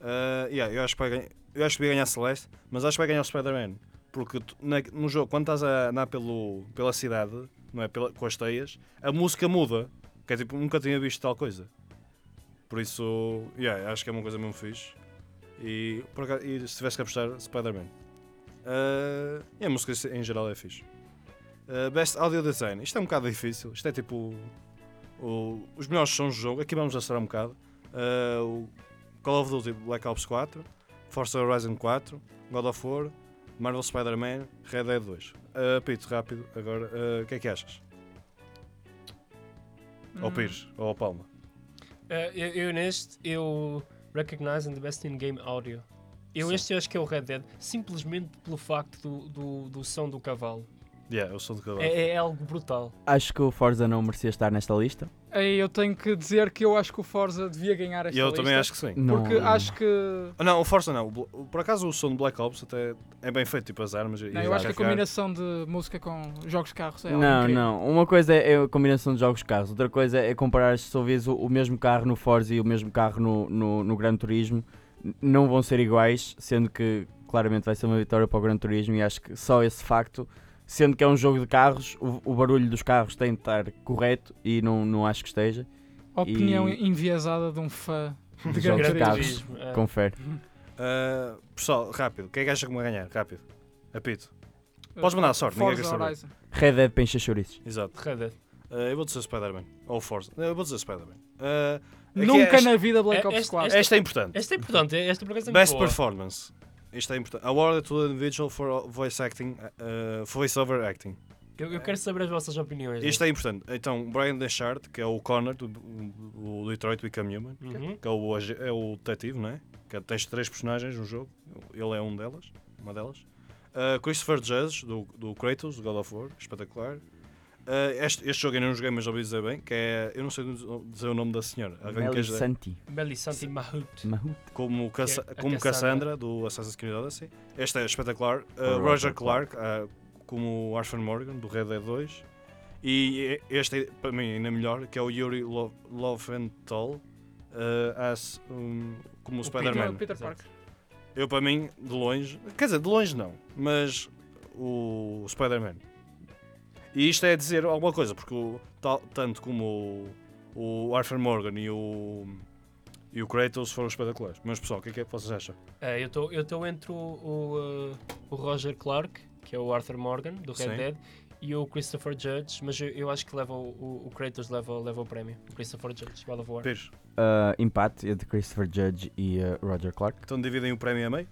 C: Ah, yeah, eu, acho que vai ganhar, eu acho que vai ganhar Celeste, mas acho que vai ganhar o Spider-Man. Porque tu- na- no jogo, quando estás a andar pelo, pela cidade, não é? Pela- com as teias, a música muda. Que é tipo, nunca tinha visto tal coisa. Por isso, yeah, acho que é uma coisa mesmo fixe. E, por acaso- e se tivesse que apostar, Spider-Man. Ah, e a música em geral é fixe. Ah, best Audio Design. Isto é um bocado difícil. Isto é tipo. o- os melhores sons do jogo. Aqui vamos acelerar um bocado. Ah, o Call of Duty Black Ops 4, Forza Horizon 4, God of War, Marvel Spider-Man, Red Dead 2. Ah, Pito, rápido, agora, ah, o que é que achas? Ou
F: Hum.
C: Pires, ou ao Palma?
D: Eh, eu, eu neste, eu recognize the best in-game audio. Eu
C: Sim.
D: este eu acho que é o Red Dead, simplesmente pelo facto do, do, do som do cavalo.
C: Yeah, eu sou de cavalo.
D: É, é algo brutal.
E: Acho que o Forza não merecia estar nesta lista.
F: Aí eu tenho que dizer que eu acho que o Forza devia ganhar esta
C: E eu
F: lista.
C: também acho que sim.
E: Não-
F: Porque acho que.
C: Ah, Não, o Forza não. o Bla- o- Por acaso o som do Black Ops até é bem feito, tipo as armas. e-
F: Não,
C: e
F: eu acho que a
C: carregar.
F: combinação de música com jogos de carros é algo
E: Não,
F: incrível.
E: não. Uma coisa é a combinação de jogos de carros, outra coisa é comparar se só vês o, o mesmo carro no Forza e o mesmo carro no, no, no Gran Turismo. N- Não vão ser iguais, sendo que claramente vai ser uma vitória para o Gran Turismo e acho que só esse facto, sendo que é um jogo de carros, o, o barulho dos carros tem de estar correto e não, não acho que esteja.
F: Opinião
E: E-
F: enviesada de um fã de
E: Uhum. Jogos
F: grande é.
E: de carros.
D: turismo, eh.
E: Confere.
C: Ah, pessoal, rápido. Quem é que acha que vai ganhar? Rápido. Apito. Podes mandar a sorte, ninguém quer
F: Forza
C: saber.
F: Horizon.
E: Red Dead Pencha Chouriços.
C: Exato.
D: Red Dead.
C: Ah, eu vou dizer Spider-Man. Ou Forza. Não, Eu vou dizer Spider-Man. Ah, aqui
F: Nunca
C: esta,
F: na vida Black
D: É-
F: Ops
D: este-
F: 4.
C: esta é importante.
D: Este é importante, esta por acaso é muito
C: Best
D: boa.
C: Performance. Isto é importante. Awarded to an individual for voice acting, uh, voice over acting.
D: Eu, eu quero saber as vossas opiniões.
C: Isto é importante. Então, Brian Deschard, que é o Connor do, do Detroit Become Human,
D: né? Uhum.
C: que é o, ag- é o detetive, não é? Que tens três personagens no jogo. Ele é um delas, uma delas. Uh, Christopher Judge, do, do Kratos, do God of War, espetacular. Uh, este, este jogo ainda não joguei, mas já ouvi dizer bem, que é... Eu não sei dizer o nome da senhora. Alguém quer
E: Nelly
C: dizer?
E: Santi.
D: Melisante Mahut.
E: Mahu.
C: como, Cassa
D: Que é a
C: como
D: Cassandra.
C: Cassandra, do Assassin's Creed Odyssey. Esta é espetacular. Uh,
E: Roger
C: Roger Clark, ah, como Arthur Morgan, do Red Dead 2. E este, é, para mim, ainda melhor, que é o Yuri Lo- Loventhal, ah, as, um, como o
D: O
C: Spider-Man.
F: Peter
D: Exato.
F: Parker.
C: Eu, para mim, de longe, quer dizer, de longe não, mas o Spider-Man. E isto é dizer alguma coisa, porque o, tal- tanto como o, o Arthur Morgan e o, e o Kratos foram espetaculares. Mas pessoal, o que é que vocês acham?
D: Eh, eu estou eu estou entre o, o, eh, o Roger Clark, que é o Arthur Morgan, do Red
C: Sim.
D: Dead, e o Christopher Judge, mas eu, eu acho que leva o, o, o Kratos leva, leva o prémio. O Christopher Judge, God of War.
C: Pires,
E: Ah, empate entre Christopher Judge e ah, Roger Clark.
C: então dividem o prémio a meio?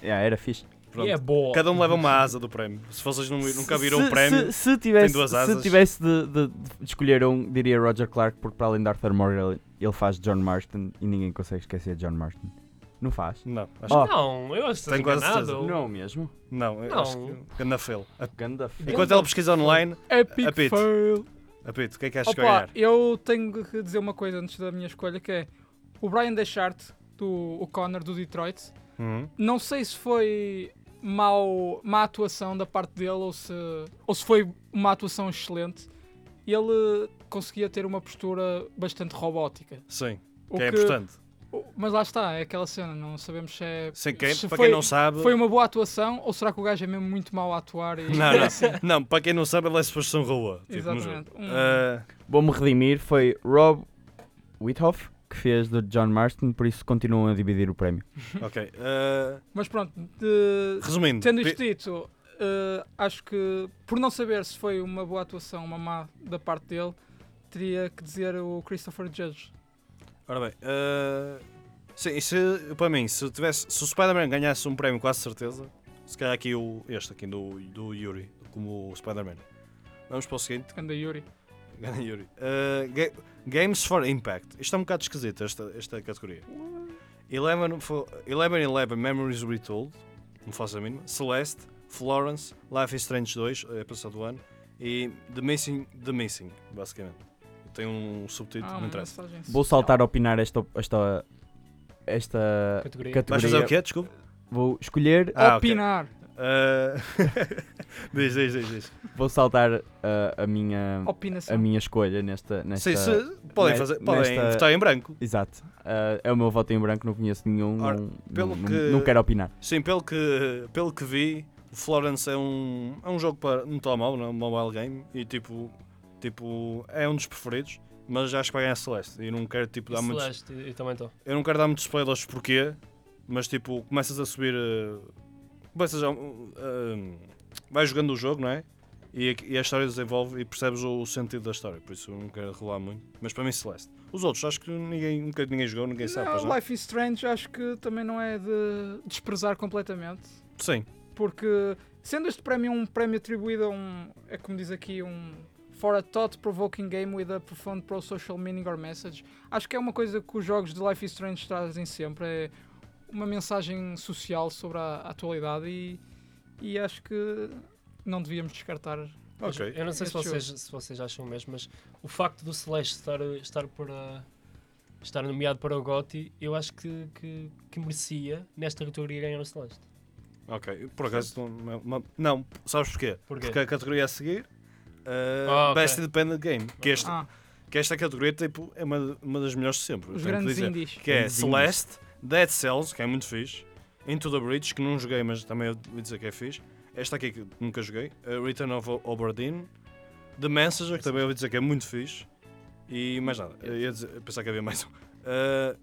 E: Yeah, era fixe.
D: E
C: Pronto.
D: é boa.
C: Cada um leva uma asa do prémio. Se vocês nu- nunca viram
E: se,
C: o prémio,
E: Se, se tivesse,
C: tem duas
E: se
C: asas.
E: tivesse de, de- de escolher um, diria Roger Clark, porque para além de Arthur Morgan, ele, ele faz John Marston e ninguém consegue esquecer John Marston. Não faz?
C: não, acho
E: Oh,
D: Não, eu acho
C: um
D: que estás
C: Tenho quase
D: enganado.
C: certeza.
E: não mesmo.
C: que não. eu
D: Não.
C: Acho que ganda fail.
E: Ganda
C: Enquanto ele pesquisa online,
F: Epic
C: Apito.
F: fail.
C: apito, o que é que achas que vai
F: Opa,
C: ganhar?
F: eu tenho que dizer uma coisa antes da minha escolha, que é o Brian Deschart, do o Connor do Detroit,
C: Uhum.
F: Não sei se foi mau, má atuação da parte dele ou se, ou se foi uma atuação excelente. Ele conseguia ter uma postura bastante robótica.
C: Sim,
F: O
C: que é importante.
F: Mas lá está, é aquela cena, não sabemos se é.
C: Sem quem,
F: se
C: para
F: foi-
C: quem não sabe.
F: Foi uma boa atuação ou será que o gajo é mesmo muito mau a atuar e.
C: Não, não. Não, para quem não sabe, ele é suposto ser um roa. Tipo, no jogo.
F: Exatamente. Um-
C: Ah,
E: Vou-me redimir, foi Rob Whithoff que fez do John Marston, por isso continuam a dividir o prémio.
C: ok. Ah,
F: Mas pronto, de-
C: resumindo,
F: tendo isto
C: pe-
F: dito, eh, acho que por não saber se foi uma boa atuação, uma má da parte dele, teria que dizer o Christopher Judge.
C: Ora bem, eh, sim, e se, para mim, se, tivesse, se o Spider-Man ganhasse um prémio, quase certeza, se calhar aqui o, este aqui do, do Yuri, como o Spider-Man. Vamos para o seguinte,
F: Ganda Yuri.
C: ganha Yuri. Eh, ga- Games for Impact. Isto é um bocado esquisito, esta, esta categoria. 11 fo- 11 11 Memories Retold, não faço a mínima. Celeste, Florence, Life is Strange 2, é passado do ano, e The Missing, The Missing, basicamente. Tem um subtítulo,
F: Ah,
C: não
F: uma
C: interessa.
F: mensagem
E: Vou
F: social.
E: saltar a opinar esta, esta, esta
D: Categoria.
E: categoria.
C: Vais fazer o quê? Desculpa.
E: Vou escolher,
C: Ah, ok.
F: Opinar.
C: Ah, Uh, diz, diz, diz, diz.
E: vou saltar ah, a,
C: Hum.
E: minha,
F: Opinação.
E: a minha escolha nesta. nesta
C: Sim, se- podem,
E: ne-
C: fazer, podem
E: nesta-
C: votar em branco.
E: Exato. Ah, é o meu voto em branco, não conheço nenhum.
C: Ora,
E: não,
C: pelo
E: não-
C: que-
E: não quero opinar.
C: Sim, pelo que, pelo que vi, o Florence é um, é um jogo para um telemóvel, não é um mobile game, e tipo, tipo, é um dos preferidos, mas acho que vai ganhar Celeste. E não quero, tipo, dar muitos,
D: Celeste, eu também estou.
C: eu não quero dar muitos spoilers porquê, mas tipo, começas a subir. eh, começas a. eh, vais jogando o jogo, não é? E, a- e a história desenvolve e percebes o, sentido da história, por isso eu não quero revelar muito. Mas para mim, Celeste. Os outros, acho que ninguém, nunca ninguém jogou, ninguém sabe. pois
F: Não, Life is Strange acho que também não é de desprezar completamente.
C: Sim,
F: porque sendo este prémio um prémio atribuído a um, é como diz aqui, um for a thought-provoking game with a profound pro-social meaning or message, acho que é uma coisa que os jogos de Life is Strange trazem sempre, é uma mensagem social sobre a, a atualidade e, e acho que não devíamos descartar.
D: Mas
C: ok.
D: Eu não sei se
F: Este
D: vocês, se vocês acham mesmo, mas o facto do Celeste estar, estar para estar nomeado para o GOTY, eu acho que, que, que merecia nesta categoria ganhar o Celeste.
C: Ok, por acaso não, não- não, sabes porquê?
D: Porquê?
C: Porque a categoria a seguir, eh,
D: Ah, ok.
C: Best Independent Game, que, este,
F: Ah,
C: que esta categoria tipo, é uma, uma das melhores de sempre.
F: os
C: tenho que
F: grandes
C: dizer.
F: indies.
C: Que é
E: Grandes indies.
C: Celeste, Dead Cells, que é muito fixe, Into the Breach, que não joguei, mas também eu devia dizer que é fixe. Esta aqui que nunca joguei, eh, Return of O- Oberdeen, The Messenger, que também eu ouvi dizer que é muito fixe, e mais nada, eu ia dizer, eu pensava que havia mais um. Eh,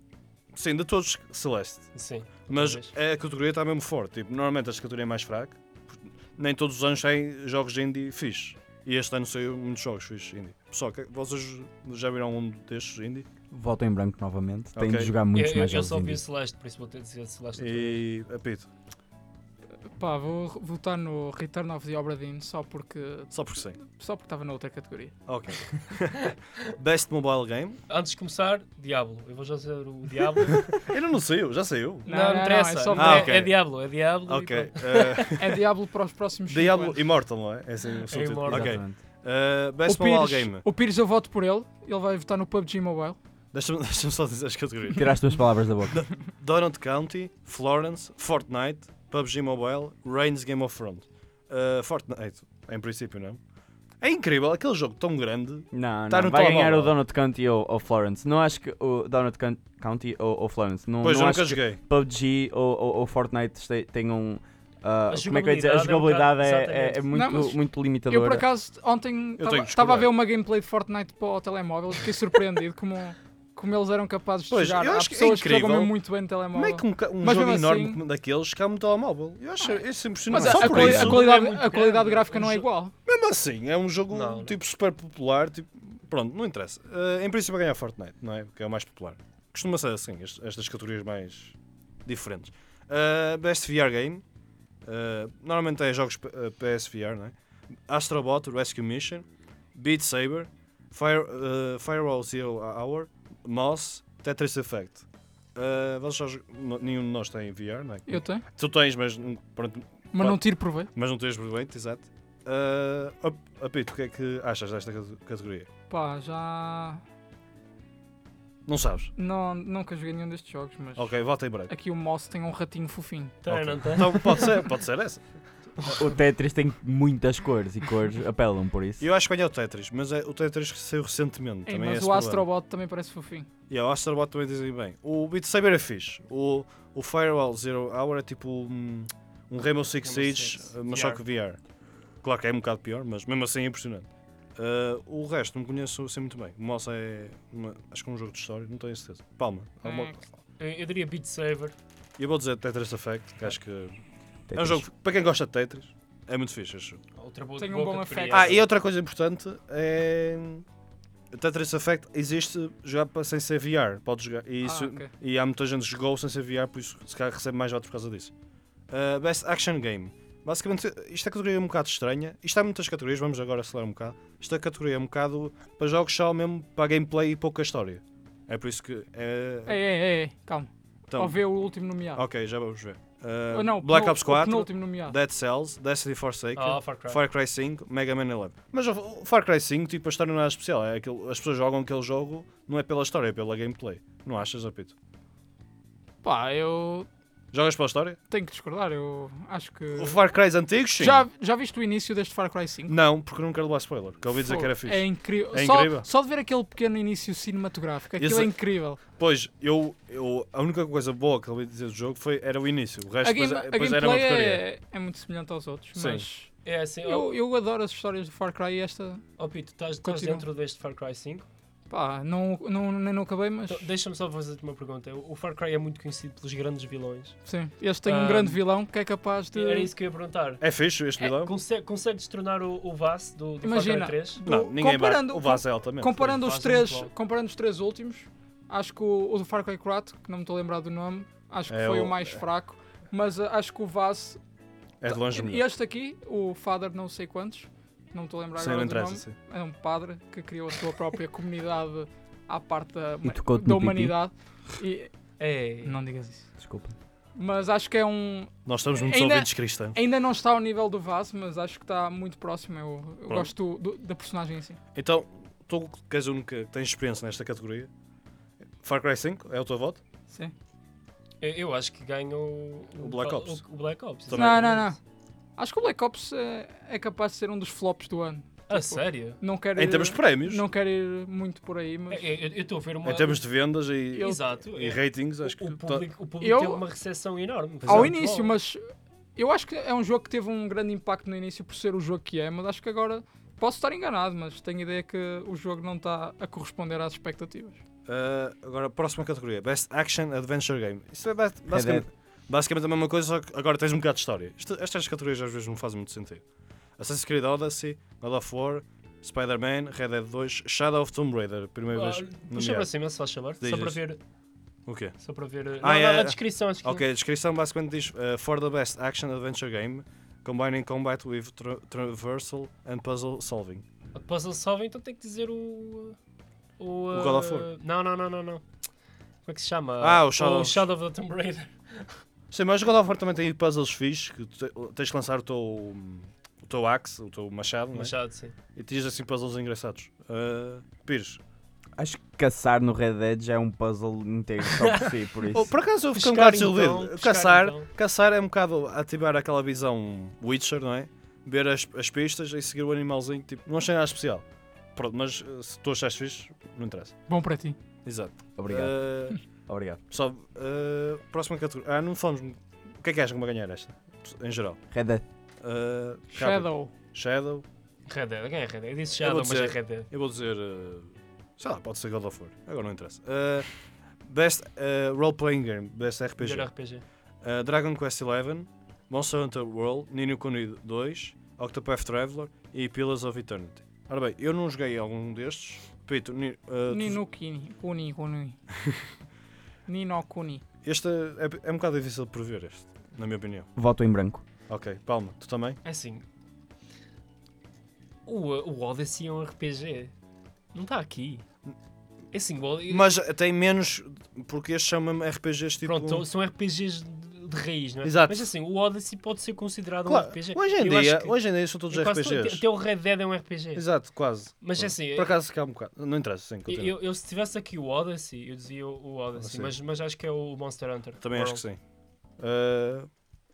C: sim, de todos, Celeste.
D: Sim.
C: Mas
D: vez.
C: a categoria está mesmo forte. Tipo, normalmente esta categoria é mais fraca. porque Nem todos os anos saem jogos indie fixe. E este ano saiu muitos jogos fixe indie. Pessoal, que- vocês já viram um destes indie?
E: Voto em branco novamente. Tenho
C: Ok.
E: de jogar
D: Eu,
E: muitos
D: eu,
E: mais
D: eu
E: jogos.
D: só vi o
E: indies.
D: Celeste, por isso vou ter de dizer Celeste. outra vez.
C: E apito.
F: Pá, vou votar no Return of the Obra Dinn só porque
C: Só porque sim.
F: só porque estava na outra categoria.
C: Ok. Best Mobile Game.
D: Antes de começar, Diablo. Eu vou já dizer o Diablo.
C: Ainda não saiu, já saiu.
D: não, não, interessa.
F: é só
D: Não,
C: Ah,
D: é-
C: ok.
D: É Diablo, é Diablo. e
C: Ok.
D: pronto.
C: eh,
F: É Diablo para os próximos cinco
C: Diablo
F: anos.
C: Immortal, não é? É assim o subtítulo.
D: Immortal.
C: Ok.
E: Exatamente.
C: Eh,
F: O
C: Best Mobile
F: Pires,
C: Game.
F: o Pires eu voto por ele, ele vai votar no PUBG Mobile.
C: Deixa-me deixa-me só dizer as categorias.
E: Tiraste as palavras da boca.
C: Donut County, Florence, Fortnite, PUBG Mobile, Reigns Game of Thrones. Uh, Fortnite, em princípio, não. É incrível, aquele jogo tão grande.
E: Não,
C: Tá
E: não.
C: no
E: vai ganhar
C: telemóvel.
E: o Donut County ou, ou Florence. Não acho que o Donut Coun- County ou, ou Florence. Não,
C: Pois,
E: não
C: eu
E: acho
C: nunca
E: que
C: joguei.
E: PUBG ou, ou, ou Fortnite este- tenham. ah,
D: A
E: como é que eu ia dizer? A
D: jogabilidade
E: jogabilidade
D: é um
E: é,
D: bocado-
E: é- é muito,
F: Não, mas
E: muito
F: Eu
E: limitadora.
F: por acaso ontem
C: Eu tenho que
F: estava a ver
C: discordar.
F: uma gameplay de Fortnite para o telemóvel, fiquei surpreendido como, como eles eram capazes de
C: Pois,
F: jogar.
C: eu
F: Há
C: acho que é
F: pessoas que jogam
C: incrível.
F: mesmo muito bem no
C: Como
F: telemóvel.
C: é que um, ca- um
F: Mas
C: jogo
F: mesmo
C: enorme
F: assim- Ah.
C: como daqueles cabe no telemóvel? Eu acho isso impressionante.
F: Mas a,
C: um Só
F: a
C: por
F: quali- a
C: isso.
D: quali-
F: qualidade,
D: É muito
F: a qualidade
D: grande.
F: gráfica não é
D: Um jo-
F: igual.
C: Mesmo assim, é um jogo
D: Não, não.
C: tipo super popular. Tipo... Pronto, não interessa. Uh, em princípio, vai ganhar Fortnite, não é? Porque é o mais popular. Costuma ser assim, est- estas categorias mais diferentes. Uh, Best VR Game. Uh, normalmente é jogos P- uh, PSVR, não é? Astrobot Rescue Mission. Beat Saber. Fire, uh, Firewall Zero Hour. Moss. Tetris Effect. Uh, vocês já jo- n- nenhum de nós tem VR, não é?
F: Eu tenho,
C: Tu tens, mas hum, pronto,
F: mas
C: Pá.
F: não tiro proveito.
C: mas não tens brilhante, exato. Ah, ap- apito, o que é que achas desta cate- categoria?
F: Pá, já.
C: Não sabes.
F: Não, nunca joguei nenhum destes jogos, mas
C: Ok, volta em branco.
F: aqui o Moss tem um ratinho fofinho.
D: Tem,
C: Ok.
D: É tá, não tem?
C: Então pode ser, pode ser essa.
E: O Tetris tem muitas cores e cores apelam por isso.
C: Eu acho que ganhei o Tetris, mas é, o Tetris que saiu recentemente.
F: Ei,
C: também é
F: mas
C: esse
F: o
C: problema.
F: Astrobot também parece fofinho.
C: E o Astrobot também dizem bem. O Beat Saber é fixe. O, o Firewall Zero Hour é tipo um, um Rainbow Six
D: Rainbow
C: Siege, eh,
D: Six,
C: mas só que VR. Claro que é um bocado pior, mas mesmo assim é impressionante. Ah, o resto não conheço assim muito bem. O Mossa é. uma- acho que é um jogo de história, não tenho certeza. Palma. alguma-
F: É,
D: Eu, eu diria Beat Saber.
C: E eu vou dizer Tetris Effect, que acho que. É um
E: Tetris.
C: jogo. Para quem gosta de Tetris, é muito fixe, acho.
D: Outra boa
F: Tem um
D: boa
F: bom
D: categoria.
F: efeito.
C: Ah, e outra coisa importante é. o Tetris Effect existe já pa- sem ser VR, pode jogar. E, isso,
F: Ah, ok.
C: e há muita gente que jogou sem ser VR, por isso se calhar recebe mais votos por causa disso. Uh, Best Action Game. Basicamente, isto é categoria um bocado estranha. Isto há muitas categorias, vamos agora acelerar um bocado. Isto é categoria um bocado para jogos só mesmo para gameplay e pouca história. É por isso que. É...
F: Ei, ei, ei, ei, calma.
C: então,
F: Ou vê o último nomeado.
C: ok, já vamos ver. Uh,
F: Ou não,
C: Black
F: o-
C: Ops 4,
F: O penúltimo nomeado.
C: Dead Cells, Destiny Forsaken,
D: Ah, Far Cry.
C: Far Cry 5, Mega Man 11. Mas o o Far Cry 5, tipo, a história não é nada especial. É aquele, as pessoas jogam aquele jogo, não é pela história, é pela gameplay. Não achas, apito?
F: Pá, eu
C: Jogas pela história?
F: tenho que discordar. Eu acho que.
C: O Far Cry antigos, sim.
F: Eh, Já, já viste o início deste Far Cry 5?
C: Não, porque não quero levar spoiler. Que eu ouvi dizer que era fixe.
F: É incrível.
C: É
F: só,
C: incrível.
F: só de ver aquele pequeno início cinematográfico, aquilo
C: Isso-
F: é incrível.
C: Pois, eu, eu- a única coisa boa que eu ouvi dizer do jogo foi, era o início. O resto
F: A, game,
C: depois, é-
F: a
C: depois era uma
F: gameplay
C: porcaria.
F: é, é muito semelhante aos outros,
C: Sim.
F: mas
D: É assim, ó
F: eu, eu adoro as histórias do Far Cry e esta,
D: oh, Pito, estás, estás
F: Continua.
D: dentro deste Far Cry 5?
F: pá, não, não, nem não acabei, mas
D: Então, Deixa-me só fazer-te uma pergunta. O o Far Cry é muito conhecido pelos grandes vilões.
F: sim. Este tem um
D: Ah.
F: grande vilão que é capaz de...
D: Era isso que eu ia perguntar.
C: É fixe este vilão?
D: Conse consegues tornar o, o Vass do, do Far Cry
F: Imagina,
D: 3?
F: do-
C: Não, ninguém
F: comparando,
C: bate. O vaso é altamente.
F: comparando,
D: Faz
F: os
D: um
F: três,
D: bloco.
F: comparando os três últimos, acho que o, o do Far Cry 4, que não me estou a lembrar do nome, acho que
C: É
F: foi o,
C: o-
F: mais fraco, mas ah, acho que o Vaz...
C: É de longe
F: E
C: melhor.
F: este aqui, o Father não sei quantos, não me estou a lembrar
C: Sim, não
F: agora do
C: interessa,
F: nome,
C: sim.
F: é um padre que criou a sua própria comunidade à parte da,
E: E tocou-te
F: da
E: no pipi?
F: humanidade. E,
D: É.
F: não digas isso.
E: Desculpa.
F: Mas acho que é um.
C: Nós estamos muitos
F: Ainda-
C: ouvintes cristãos.
F: Ainda não está ao nível do Vaz, mas acho que está muito próximo. Eu, eu
C: Pronto.
F: gosto do- da personagem em si.
C: Então, tu que és o único que tens experiência nesta categoria, Far Cry 5 é o teu voto?
F: Sim.
D: Eu, eu acho que ganho o,
C: O Black
D: o-
C: Ops.
D: O, o Black Ops.
C: Também.
F: Não,
D: exatamente.
F: não, não. Acho que o Black Ops é, é capaz de ser um dos flops do ano.
D: A sério?
F: Não quero
C: Em
F: ir,
C: termos de prémios,
F: não quero ir muito por aí, mas.
D: Eu- é, Eu eu estou a ver uma.
C: em termos de vendas e,
D: Exato.
C: e
D: é-
C: ratings,
D: o-
C: acho que
D: o
C: tá-
D: público, o público
F: Eu-
D: teve uma recessão enorme.
F: Ao
C: é,
D: Exato.
F: início, mas eu acho que é um jogo que teve um grande impacto no início por ser o jogo que é, mas acho que agora posso estar enganado, mas tenho ideia que o jogo não está a corresponder às expectativas.
C: Ah, agora, próxima categoria: Best Action Adventure Game. Isso é ba- basicamente, basicamente a mesma coisa, só que agora tens um bocado de história. Isto- estas categorias às vezes não fazem muito sentido. Assassin's Creed Odyssey, God of War, Spider-Man, Red Dead 2, Shadow of Tomb Raider. Primeira
D: Ah,
C: vez.
D: Puxa
C: nomeado.
D: para cima, se faz favor.
C: é. Diz
D: Só para
C: isso.
D: ver.
C: O quê?
D: Só para ver. não,
C: Ah,
D: não,
C: é,
D: a
C: é.
D: descrição, acho que.
C: Ok, a descrição basicamente diz uh, For the best action adventure game, combining combat with tra- traversal and puzzle solving.
D: A puzzle solve, então tem que dizer o. O,
C: O God of
D: ah,
C: War.
D: Não, não, não, não, não. Como é que se chama?
C: Ah, o Shadow
D: O
C: of-
D: Shadow of the Tomb Raider.
C: Sim, mas o God of War também tem puzzles fixes, que tu te- tens que lançar o teu, o teu axe, o teu machado, né?
D: Machado, sim.
C: e tens assim puzzles engraçados. Uh, Pires.
E: Acho que caçar no Red Dead já é um puzzle inteiro só por si, por
C: Oh,
E: isso.
C: por acaso eu fiquei um bocado
D: Pescar,
C: desiludido.
D: então, pescar,
C: caçar,
D: então.
C: caçar é um bocado ativar aquela visão Witcher, não é? Ver as, as pistas e seguir o animalzinho, tipo, não achei nada especial. Pronto, mas uh, se tu achaste fixe, não interessa.
F: Bom para ti.
C: Exato.
E: Obrigado,
C: Uh,
E: obrigado.
C: Pessoal, eh, próxima categoria. Ah, não falamos. muito. O que é que acham que vai ganhar esta? Em geral.
E: Red Dead.
C: Eh, rápido.
F: Shadow.
C: Shadow.
D: Red Dead, quem é Red Dead? Eu disse
C: Eu
D: Shadow,
C: vou
D: mas é
C: dizer-
D: Red Dead.
C: Eu vou dizer. eh, sei lá, pode ser God of War. Agora não interessa. Eh, best eh, Role Playing Game. Best RPG.
D: Melhor RPG.
C: Eh, Dragon Quest XI. Monster Hunter World. Nino Kuni 2. Octopath Traveler. E Pillars of Eternity. Ora bem, eu não joguei algum destes. Pito, ni, eh, tu-
F: Nino Kuni. Kuni, Kuni. Nino Kuni.
C: este é, é um bocado difícil de prever, este, na minha opinião.
E: Voto em branco.
C: Ok, Palma, tu também?
D: É assim. O, o Odyssey é um RPG. Não está aqui. É assim, o Odyssey.
C: Mas tem menos, porque estes são mesmo RPGs tipo...
D: Pronto, então, são RPGs de, de raiz, não é?
C: Exato.
D: Mas assim, o Odyssey pode ser considerado
C: Claro,
D: um RPG.
C: Hoje em,
D: Eu acho
C: dia,
D: que-
C: hoje em dia são todos
D: eu quase tô-
C: RPGs.
D: Até o Red Dead é um RPG.
C: Exato, quase.
D: Mas
C: Pronto.
D: assim,
C: Por acaso fica um bocado. Não interessa, sim,
D: eu,
C: continua.
D: eu, eu se tivesse aqui o Odyssey, eu dizia o- o
C: Ah,
D: Odyssey,
C: sim.
D: mas, mas acho que é o Monster Hunter.
C: Também acho que sim. Ah,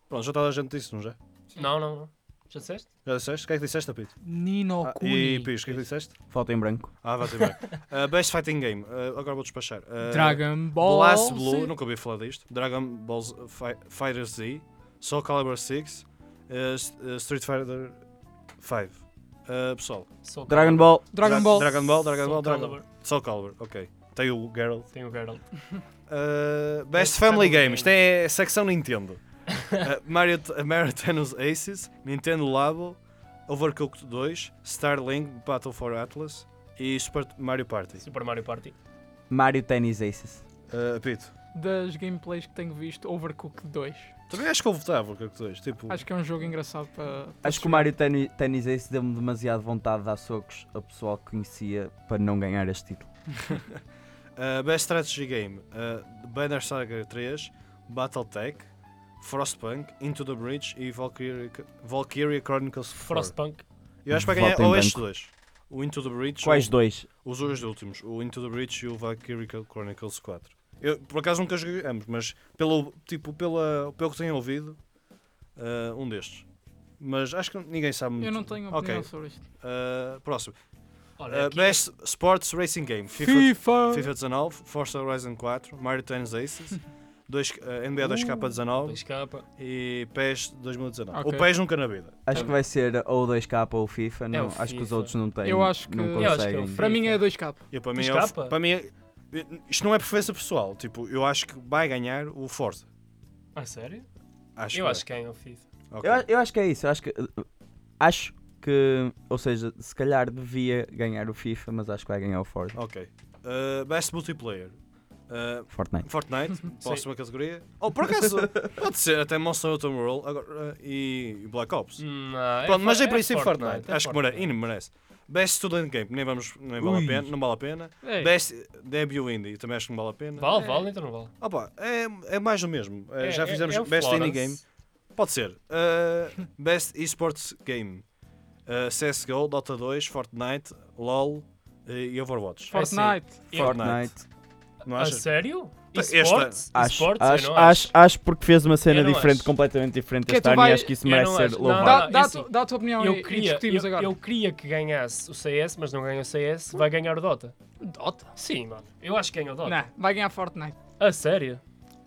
C: pronto, já Uh, toda a gente disse, não já?
D: Não, não, não. Já disseste?
C: Já disseste? O que é que disseste, Apito?
F: Nino
D: Oh,
C: Ah,
F: Kuni.
C: e Pires, o que é que disseste?
E: Foto em branco.
C: Ah, vai ter bem. Ah, best Fighting Game. Ah, agora vou despachar. Ah,
F: Dragon Ball.
C: Blast Blue,
F: Z.
C: nunca ouvi falar disto. Dragon Ball Z- Fi- Fighter Z, Soul Calibur 6, eh, S- eh, Street Fighter 5. Eh, pessoal,
D: Soul
E: Dragon
D: Calibur.
E: Ball.
F: Dragon
C: Dra-
F: Ball.
C: Dragon Ball, Dragon
D: Soul
C: Ball, Dragon Ball.
D: Calibur.
C: Soul Calibur, ok. Tem o Geralt.
D: Tem o Geralt.
C: Eh,
D: Best
C: Best
D: Family
C: Family Game, isto
D: Game.
C: é secção Nintendo. Eh, Mario, T- Mario Tennis Aces, Nintendo Labo, Overcooked 2, Starlink, Battle for Atlas e Super Mario Party.
D: Super Mario Party.
E: Mario Tennis Aces.
C: Eh, Apito,
F: Das gameplays que tenho visto, Overcooked 2.
C: também acho que eu votava Overcooked 2. Tipo,
F: Acho que é um jogo engraçado para. para
E: Acho que o
F: jogar.
E: Mario Teni- Tennis Aces deu-me demasiado vontade de dar socos a pessoal que conhecia para não ganhar este título.
C: Uh, Best Strategy Game: uh, Banner Saga 3, Battletech, Frostpunk, Into the Breach e Valkyria, Valkyria Chronicles 4.
D: Frostpunk.
C: Eu acho que vai ganhar
E: Voto em
C: ou estes
E: branco.
C: dois. O Into the Breach.
E: Quais
C: ou-
E: dois?
C: Os dois últimos. O Into the Breach e o Valkyria Chronicles 4. Eu, por acaso nunca joguei ambos, mas pelo, tipo, pela, pelo que tenho ouvido, uh, um destes. Mas acho que ninguém sabe muito.
F: Eu não tenho opinião
C: Ok,
F: sobre isto.
C: uh, próximo.
D: Olha,
C: Uh,
D: aqui,
C: Best Sports Racing Game: FIFA
F: FIFA!
C: FIFA 19, Forza Horizon 4, Mario Tennis Aces, dois, eh, NBA 2K19
D: escapa.
C: e PES 2019.
F: Ok.
C: O PES nunca na vida.
E: Acho que vai ser ou 2K ou FIFA.
D: o
E: Não, acho que os
D: FIFA.
E: outros não têm.
F: Eu acho que-
E: Não
F: eu
D: acho que é o
E: conseguem.
D: FIFA.
F: Para mim é 2K.
C: E para mim,
D: 2K?
C: é o- para mim é- isto não é preferência pessoal. Tipo, eu acho que vai ganhar o Forza.
D: Ah, sério?
C: Acho
D: Eu
C: que
D: acho que é o FIFA.
C: vai. Ok.
E: Eu, a- eu acho que é isso. Eu acho que. Acho que. Ou seja, se calhar devia ganhar o FIFA, mas acho que vai ganhar o Forza.
C: Ok. Eh, best Multiplayer. Eh,
E: Fortnite.
C: Fortnite, próxima categoria. Ou por acaso, pode ser até Monster Autumn Roll agora, eh, e Black Ops.
D: Não, é
C: Pronto, mas
D: Fo-
C: em princípio Fortnite.
D: é
C: acho que merece. merece. Best Student Game, nem, vamos, nem vale a pena, não vale a pena.
D: É.
F: Ei,
C: Best Debut Indie, também acho que não vale a pena.
D: Vale, vale, então não vale.
C: Opa, é, é mais o mesmo. É, eh, já fizemos
D: é o
C: Best Indie Game.
D: Florence.
C: Pode ser. Uh, best Esports Game. Uh, CSGO, Dota 2, Fortnite, LOL uh, e e Overwatch.
F: Fortnite.
E: Fortnite.
C: Não
D: A
C: achas?
D: Ah, sério?
C: Tá, este-
D: Esportes?
E: Acho,
D: Esportes? Eu
E: acho,
D: não
E: acho, acho porque fez uma cena
D: Eu não
E: diferente,
D: acho.
E: completamente diferente
F: Que é,
E: este
F: tu
E: ano
F: vai-
E: e acho que isso
D: eu
E: merece
D: não
E: ser
D: acho. Não,
E: louvado.
F: Dá,
D: não,
F: dá,
D: é
F: a
D: assim.
F: tu- dá a tua opinião e-
D: Eu
F: e
D: queria,
F: discutimos
D: eu,
F: agora.
D: eu queria que ganhasse o CS, mas não ganha o CS. Vai ganhar o Dota?
F: Dota?
D: Sim, mano. Eu acho que ganha o Dota.
F: Não, vai ganhar Fortnite.
D: A sério?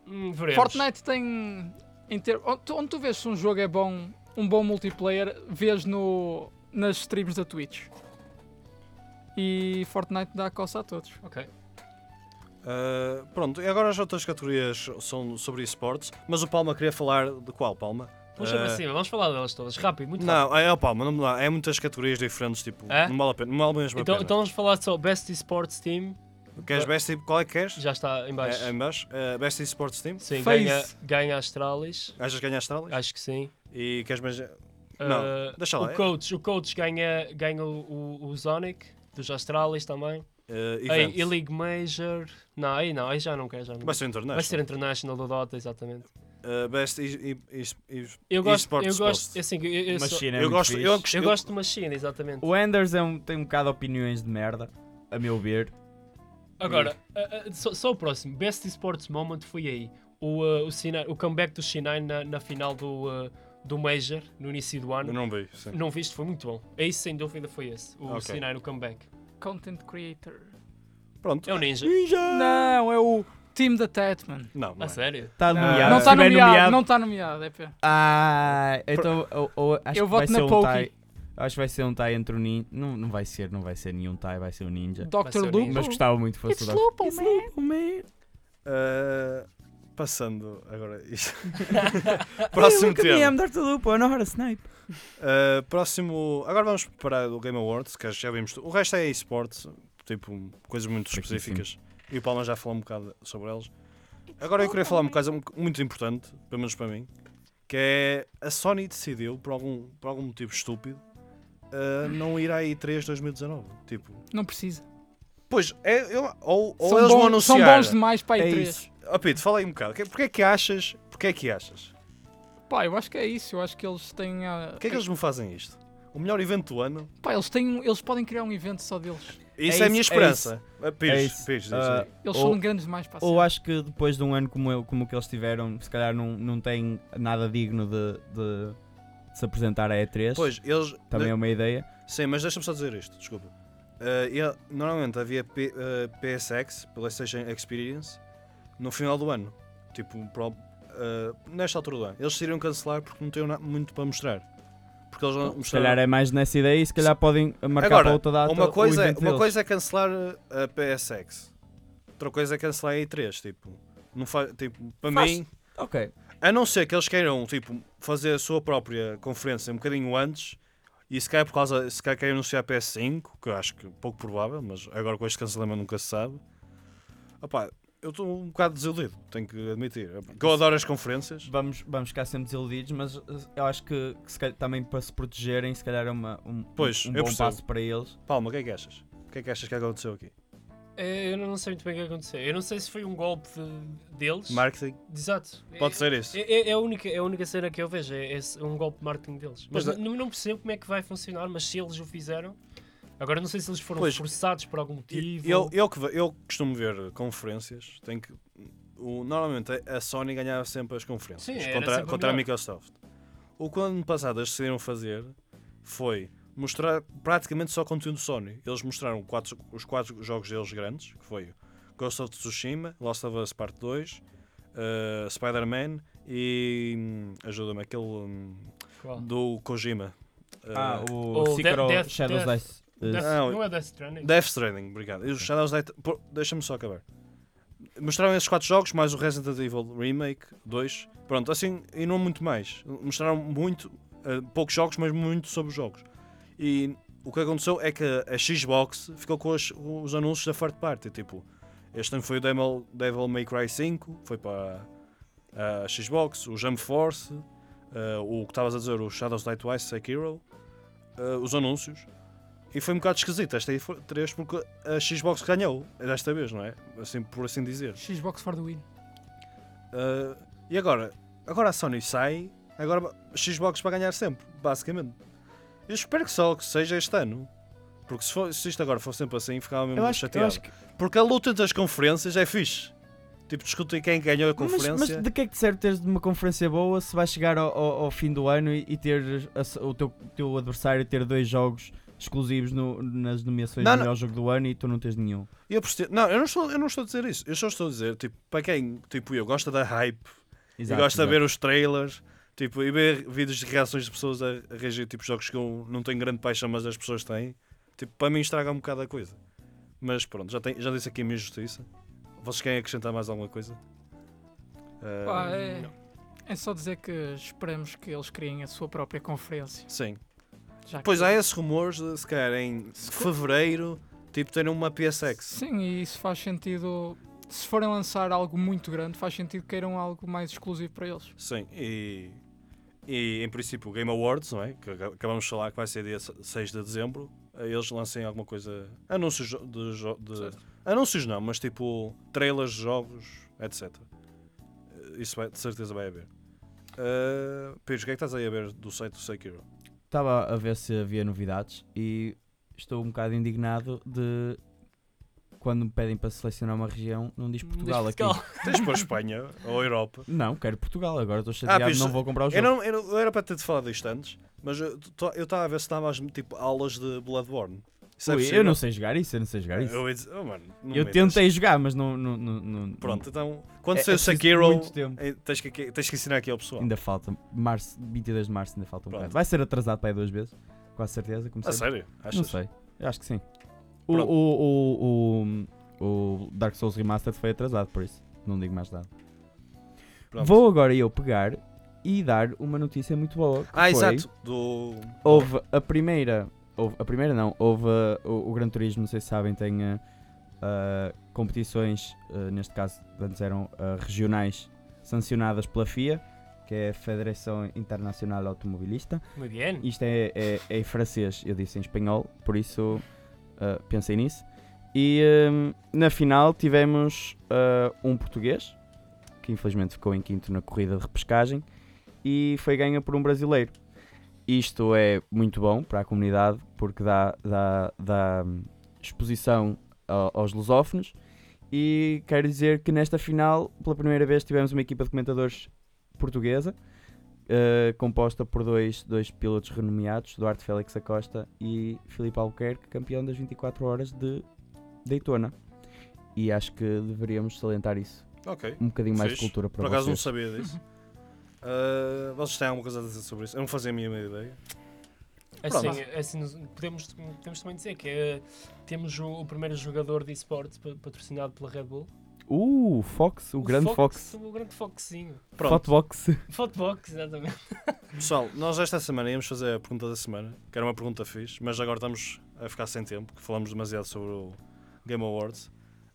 D: Hum, veremos.
F: Fortnite tem. Em ter... onde, tu, onde tu vês se um jogo é bom, um bom multiplayer, vês no, nas streams da Twitch. E Fortnite dá coça a todos.
D: Ok.
C: Uh, pronto, e agora as outras categorias são sobre esportes, mas o Palma queria falar de qual, Palma?
D: Puxa
C: Uh,
D: para cima, vamos é falar delas todas. Rápido, muito rápido.
C: Não, é o Palma, não dá. É muitas categorias diferentes, tipo,
D: É?
C: não vale a pena. Não vale mesmo a
D: Então,
C: pena.
D: então vamos falar só Best Esports Team.
C: Queres Best? Qual é que queres?
D: Já está em baixo.
C: É, em baixo. Uh, best Esports Team?
D: Sim,
F: Face.
D: ganha, ganha a Astralis.
C: Achas que ganhaste Astralis?
D: Acho que sim.
C: E queres mais. Não,
D: Ah,
C: deixa lá. é,
D: O coach, o coach ganha, ganha o, o, o Zonic, dos Astralis também.
C: Eh,
D: Aí,
C: event.
D: e League Major. Não, aí não, aí já não quer. Já não
C: Vai
D: quer.
C: ser international.
D: Vai ser International do Dota, exatamente.
C: Eh, best e, e, e, e,
D: Eu gosto,
C: esportes,
D: eu gosto,
C: esportes.
D: assim, eu, eu, sou-
E: China
C: eu é gosto, eu,
D: eu gosto de Machina, exatamente.
E: O Anders é um- tem um bocado de opiniões de merda, a meu ver.
D: Agora, ah, ah, só, só o próximo. Best Esports Moment foi aí. O, ah, o, Sinai- o comeback do Sinai na, na final do, ah, do Major, no início do ano.
C: eu não vi. sim.
D: Não viste, foi muito bom. Aí sem dúvida foi esse. O
C: Ok.
D: Sinai no comeback.
F: Content Creator.
C: Pronto.
D: É o Ninja.
F: Não, é o Team da Tatman.
C: Não, não
D: A
C: é.
D: sério?
E: Está
F: Não,
E: Tá nomeado.
F: não está
E: Se tiver
F: nomeado, não está nomeado, é pena.
E: Ah, então ou- ou acho
F: Eu
E: que vai
F: voto na
E: ser um
F: Poki.
E: tie. Acho que vai ser um tie entre o Ninja. Não, não vai ser, não vai ser nenhum tie, vai ser o Ninja.
D: ser
F: Dr.
D: o
F: Lupo.
D: Ninja.
E: Mas gostava muito que fosse
F: Tá It's
E: o Dr.
F: Lupo, man.
C: Eh, passando agora isto. próximo tema.
E: Dr. Lupo, I'm not a snipe.
C: Eh, próximo. Agora vamos preparar o Game Awards, que acho que já vimos. tu- O resto é esportes, tipo, coisas muito
E: Fraquíssimo.
C: específicas. E o Palma já falou um bocado sobre eles. Agora eu queria falar uma coisa mu- muito importante, pelo menos para mim, que é a Sony decidiu, por algum, por algum motivo estúpido, eh, não ir à E3 2019. Tipo,
F: Não precisa.
C: pois, é, eu- ou, ou
F: São
C: eles vão
F: bons, são
C: anunciar.
F: bons demais para a
E: É
F: E3.
E: isso.
C: Oh, Pedro, fala aí um bocado. Que- Porquê é que achas? Porquê é que achas?
F: Pá, eu acho que é isso. Eu acho que eles têm. ah,
C: Porquê é que eles me fazem isto? O melhor evento do ano?
F: Pá, eles, têm, um- eles podem criar um evento só deles.
C: Isso é,
E: É
C: a minha
E: isso, é
C: esperança. É Pires,
E: É isso.
C: Pires, diz
E: Ah,
C: aí.
F: Eles
E: Ou-
F: são grandes demais para a
E: Ou
F: cena.
E: acho que depois de um ano como, eu, como o que eles tiveram, se calhar não, não tem nada digno de, de,
G: se apresentar à E3.
C: Pois, né? eles.
E: Tá
G: Também é uma ideia.
C: Sim, mas deixa-me só dizer isto, desculpa. Eh, ele- normalmente havia P, eh, PSX, PlayStation Experience, no final do ano. Tipo, pro- eh, nesta altura do ano. Eles decidiram cancelar porque não tinham na- muito para mostrar. Porque eles não
G: Se calhar
C: mostraram.
G: é mais nessa ideia e se calhar podem marcar para outra data.
C: uma,
G: o
C: coisa, é-
E: um
G: evento
C: uma
G: deles.
C: coisa é cancelar eh, a PSX, outra coisa é cancelar a E3. Tipo, não faz, tipo para
G: Faz-
C: mim,
G: Ok.
C: a não ser que eles queiram tipo, fazer a sua própria conferência um bocadinho antes, e se calhar por causa, se calhar querem anunciar a PS5, que eu acho que é pouco provável, mas agora com este cancelamento nunca se sabe. Opá, eu estou um bocado desiludido, tenho que admitir. Porque eu adoro as conferências.
E: Vamos, vamos ficar sempre desiludidos, mas uh, eu acho que, que se calhar, também para se protegerem, se calhar é uma, um,
C: Pois,
E: um
C: eu
E: bom
C: percebo.
E: passo para eles.
C: Palma, o que é que achas? O que é que achas que aconteceu aqui?
D: É, Eu não sei muito bem o que aconteceu. Eu não sei se foi um golpe de- deles.
C: Marketing?
D: Exato.
C: Pode
D: É-
C: ser isso.
D: É, é- é a única, é a única cena que eu vejo, é, esse- é um golpe de marketing deles. Mas
C: Pois é.
D: n- não percebo como é que vai funcionar, mas se eles o fizeram. Agora não sei se eles foram
C: Pois.
D: forçados por algum motivo.
C: Eu, eu, que, ve- eu costumo ver conferências, tenho que. o- normalmente a- a Sony ganhava sempre as conferências
D: Sim, era
C: contra,
D: sempre a
C: contra a
D: melhor.
C: Microsoft. O que ano passado eles decidiram fazer foi mostrar praticamente só conteúdo Sony. Eles mostraram quatro- os quatro jogos deles grandes, que foi Ghost of Tsushima, Lost of Us Part 2, eh, Spider-Man e hum, ajuda-me, aquele hum,
D: Qual?
C: do Kojima.
E: Ah,
C: Eh,
E: o
D: Oh,
E: Sekiro
D: Death- Death-
E: Shadows eh,
D: Death-
E: Dice.
D: Death-
C: não,
D: não é Death Stranding.
C: Death Stranding, obrigado. E os Shadows Die. por- Deixa-me só acabar. Mostraram esses quatro jogos, mais o Resident Evil Remake 2. Pronto, assim, e não muito mais. Mostraram muito, eh, poucos jogos, mas muito sobre os jogos. E o que aconteceu é que a Xbox ficou com as- os anúncios da third party. Tipo, este ano foi o Devil, Devil May Cry 5, foi para a, Xbox, o Jump Force, eh, o que estavas a dizer, o Shadows Die Twice, Sekiro, eh, os anúncios. E foi um bocado esquisito esta aí 3 porque a Xbox ganhou desta vez, não é? Assim, por assim dizer.
F: Xbox for the win.
C: Ah, e agora? Agora a Sony sai, agora a Xbox vai ganhar sempre, basicamente. Eu espero que só que seja este ano. Porque se, for- se isto agora for sempre assim, ficava mesmo
G: Eu acho, que- eu
C: chateado.
G: acho que.
C: Porque a luta entre as conferências é fixe. Tipo, discutir quem ganhou a
E: Mas,
C: conferência.
E: mas de que é que te serve teres uma conferência boa se vais chegar ao, ao- ao fim do ano e, e ter a se- o teu, teu adversário ter dois jogos exclusivos no- nas nomeações
C: Não,
E: do
C: não.
E: melhor jogo do ano e tu não tens nenhum?
C: Eu perce- Não, eu não, estou, eu não estou a dizer isso. Eu só estou a dizer, tipo, para quem, tipo eu, gosta da hype e gosta de ver os trailers tipo, e ver vídeos de reações de pessoas a a reagir tipo jogos que eu não tenho grande paixão, mas as pessoas têm. Tipo, para mim estraga um bocado a coisa. Mas pronto, já, tem, já disse aqui a minha justiça. Vocês querem acrescentar mais alguma coisa? Ah,
F: Pá, é, é só dizer que esperamos que eles criem a sua própria conferência.
C: Sim.
F: Já que-
C: Pois é, há esses rumores de se calhar em fevereiro, tipo, terem uma PSX.
F: Sim, e isso faz sentido. Se forem lançar algo muito grande, faz sentido que queiram algo mais exclusivo para eles.
C: Sim, e, e em princípio o Game Awards, não é? Que ac- acabamos de falar que vai ser dia 6 de dezembro. eh, Eles lancem alguma coisa. Anúncios jo- de, jo- de-
F: Certo.
C: Anúncios não, mas tipo trailers de jogos, etc. Eh, Isso vai, de certeza vai haver. Uh, Pires, o que é que estás aí a ver do site do Sekiro?
E: Estava a ver se havia novidades e estou um bocado indignado de quando me pedem para selecionar uma região, não diz Portugal
F: Diz
E: aqui.
F: Portugal.
C: Tens para a Espanha ou a Europa?
E: Não, quero Portugal, agora estou chateado,
C: Ah, pois,
E: não vou comprar o
C: Eu,
E: jogo.
C: não, eu, não- eu era para ter-te falado isto antes, mas eu tô- eu estava a ver se dava tipo aulas de Bloodborne. Isso é
E: Ui,
C: possível?
E: eu não sei jogar isso, eu não sei jogar isso. Eu,
C: Eu, ia dizer- oh, mano, não me metas.
E: tentei jogar, mas não. não, não, não-
C: Pronto, então, quando
E: É-
C: saiu
E: é preciso
C: Sekiro,
E: muito tempo.
C: eh, tens que, aqui- tens que ensinar aqui ao pessoal.
E: Ainda falta. Março, 22 de março ainda falta um
C: Pronto.
E: bocado. Vai ser atrasado para aí duas vezes, com a certeza. Como
C: A
E: sempre.
C: sério?
E: Não
C: Achas?
E: sei, eu acho que sim. O,
C: Pronto.
E: o, o, o, o Dark Souls Remastered foi atrasado, por isso não digo mais nada.
C: Pronto.
E: Vou agora eu pegar e dar uma notícia muito boa. que
C: Ah,
E: foi-
C: exato. Do...
E: Houve a primeira. Houve, a primeira não. Houve uh, o, o Gran Turismo, não sei se sabem, tem uh, uh, competições, uh, neste caso antes eram uh, regionais, sancionadas pela FIA, que é a Federação Internacional Automobilista.
D: Muito bem.
E: Isto é, é- é em francês, eu disse em espanhol, por isso uh, pensei nisso. E um, na final tivemos uh, um português, que infelizmente ficou em quinto na corrida de repescagem, e foi ganha por um brasileiro. Isto é muito bom para a comunidade, porque dá, dá, dá hum, exposição a- aos lusófonos. E quero dizer que nesta final, pela primeira vez, tivemos uma equipa de comentadores portuguesa, eh, composta por dois, dois pilotos renomeados, Duarte Félix Acosta e Filipe Albuquerque, campeão das 24 horas de Daytona. E acho que deveríamos salientar isso.
C: Ok.
E: Um bocadinho mais de
C: Fixe.
E: cultura para
C: Por acaso um não
E: vocês. Uhum.
C: sabia disso. Ah, vocês têm alguma coisa a dizer sobre isso? Eu não fazia a mínima ideia.
D: Assim,
C: Pronto.
D: assim, nos- podemos, podemos também dizer que eh, temos o, o primeiro jogador de esportes pa- patrocinado pela Red Bull.
E: Uh, Fox, o, grande Fox.
D: O grande Foxinho.
C: Um Pronto.
E: Fox.
D: Footbox, exatamente.
C: Pessoal, nós esta semana íamos fazer a pergunta da semana, que era uma pergunta fixe, mas agora estamos a ficar sem tempo, que falamos demasiado sobre o Game Awards.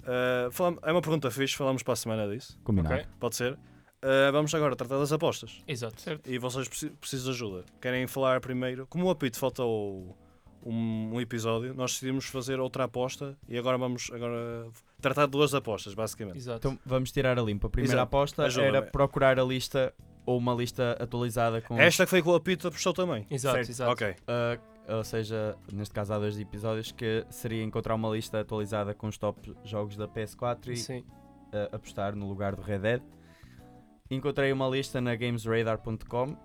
C: Ah, falam- é uma pergunta fixe, falamos para a semana disso,
E: Combinado.
D: Ok.
C: pode ser. Ah, vamos agora tratar das apostas.
D: Exato.
F: Certo.
C: E vocês preci- precisam de ajuda. Querem falar primeiro? Como o apito faltou um, um episódio, nós decidimos fazer outra aposta e agora vamos agora tratar de duas apostas, basicamente.
D: Exato.
E: Então vamos tirar a limpa. A primeira
C: Exato.
E: aposta
C: Ajuda-me.
E: era procurar a lista ou uma lista atualizada com.
C: Esta que foi com o apito apostou também.
D: exato,
E: certo.
D: exato.
C: Ok,
E: Ah, ou seja, neste caso há dois episódios que seria encontrar uma lista atualizada com os top jogos da PS4 e
D: Sim.
E: ah, apostar no lugar do Red Dead. Encontrei uma lista na gamesradar.com.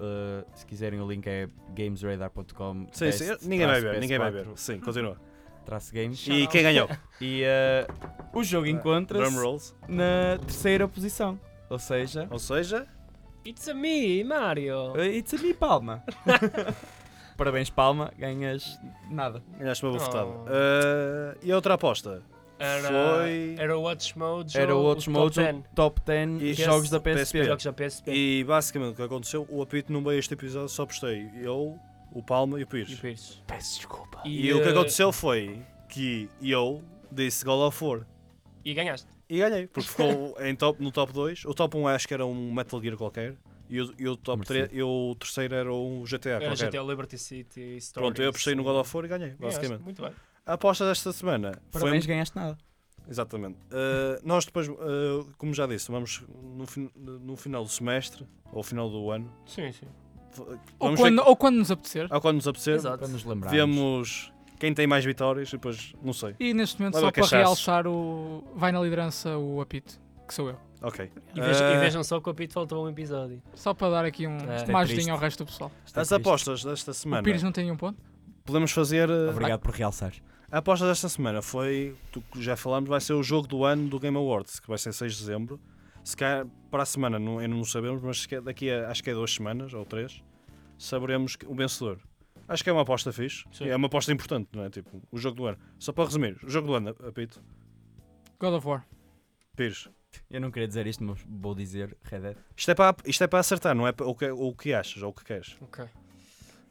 E: Ah, se quiserem o link é gamesradar.com.
C: sim, sim. ninguém vai ver, ninguém vai ver. Sim, continua.
E: Traço games.
C: E quem ganhou?
E: E ah, o jogo encontra-se
C: Uh, Drum rolls.
E: na terceira posição. Ou seja,
C: Ou seja,
D: It's a me, Mario!
E: Uh, It's a me, Palma. Parabéns, Palma. Ganhas nada.
C: ganhaste uma bofetada.
D: Oh.
C: Ah, e a outra aposta?
D: Era,
C: Foi-
D: era o Watch Mojo.
E: Era o
D: top
E: Outros Mojo
D: 10.
E: Top 10
C: E
E: jogos da
C: PSP.
E: PSP.
D: Jogos da PSP.
C: E basicamente o que aconteceu, o apito não veio este episódio, só postei eu, o Palma e o Pires.
D: E Peço desculpa.
C: E, o que aconteceu foi que eu disse God of War
D: E ganhaste.
C: e ganhei, porque ficou em top, no top 2. O top 1 acho que era um Metal Gear qualquer e o, e o top 3, e o terceiro era um GTA
D: Era
C: qualquer.
D: GTA Liberty City Stories.
C: Pronto, eu apostei no God of War e ganhei,
D: Ganhaste,
C: basicamente.
D: Muito bem.
C: A aposta desta semana foi um-
E: Parabéns, ganhaste nada.
C: Exatamente. Uh, nós depois, uh, como já disse, vamos no, fin- no final do semestre ou final do ano.
D: Sim, sim.
C: v-
F: Ou
C: Vamos
F: quando,
C: ver, Ah.
F: ou quando nos apetecer.
C: ao quando nos apetecer,
E: Para nos lembrar.
C: vemos quem tem mais vitórias e depois, não sei.
F: E neste momento,
C: Leva
F: só para
C: cachaço.
F: realçar, o... vai na liderança o apito, que sou eu.
C: Ok.
D: E, vejam,
C: Uh,
D: e vejam só que o apito faltou um episódio.
F: Só para dar aqui um,
D: É.
F: uma
E: É
F: ajudinha
E: triste.
F: ao resto do pessoal.
C: as apostas desta
F: O
C: semana,
F: Pires não tem nenhum ponto?
C: podemos fazer. uh,
E: Obrigado por realçar.
C: A aposta desta semana foi, do que já falámos, vai ser o jogo do ano do Game Awards, que vai ser 6 de dezembro. Se calhar para a semana não, ainda não sabemos, mas se calhar daqui a acho que é duas semanas ou três, saberemos que- o vencedor. Acho que é uma aposta fixe,
D: Sim.
C: é uma aposta importante, não é? Tipo, o jogo do ano. Só para resumir, o jogo do ano, apito,
F: God of War.
C: Pires.
E: Eu não queria dizer isto, mas vou dizer Red Dead.
C: Isto é para, isto é para acertar, não é para, o, que, o que achas ou o que queres.
D: Ok.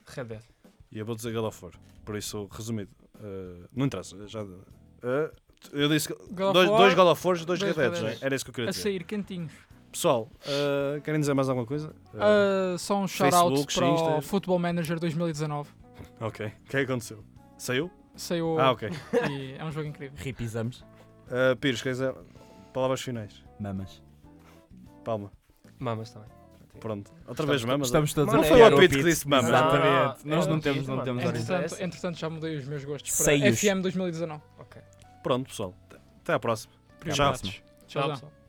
D: Red Dead.
C: E eu vou dizer God of War. Por isso, resumido, eh, não interessa, já. eh, eu disse que-
F: God of
C: dois,
F: War
C: dois God of Wars, dois,
F: é dois
C: Red Deads,
F: Red Assim,
C: não é?
F: Deads.
C: era isso que eu queria
F: a
C: dizer.
F: sair quentinhos.
C: Pessoal, ah, querem dizer mais alguma coisa? Ah,
F: Ah, só um shout-out
C: Facebooks,
F: para o
C: Instas.
F: Football Manager 2019.
C: ok. O que é que aconteceu? Saiu?
E: Oh.
F: Saiu
C: Ah, ok.
F: e é um jogo incrível.
E: Ripizamos.
C: Ah, Pires, quer dizer palavras finais?
E: Mamas.
C: Palma.
D: Mamas também.
C: Pronto. Outra vez mamas.
E: Estamos todos
D: Não
E: a
D: foi
E: copiar
C: o apito que disse mamas.
D: Não,
E: Exatamente.
D: não,
E: Nós
D: é
E: não
D: o
E: temos,
D: apito,
E: não
D: mano.
E: temos
D: É
E: origem.
F: Entretanto,
D: interessa.
F: entretanto, já mudei os meus gostos para
E: Seios.
F: FM 2019.
C: Pronto, pessoal. Até à próxima.
F: Priorizados.
E: próxima.
F: Tchau,
D: Tchau,
F: tchau.
D: pessoal.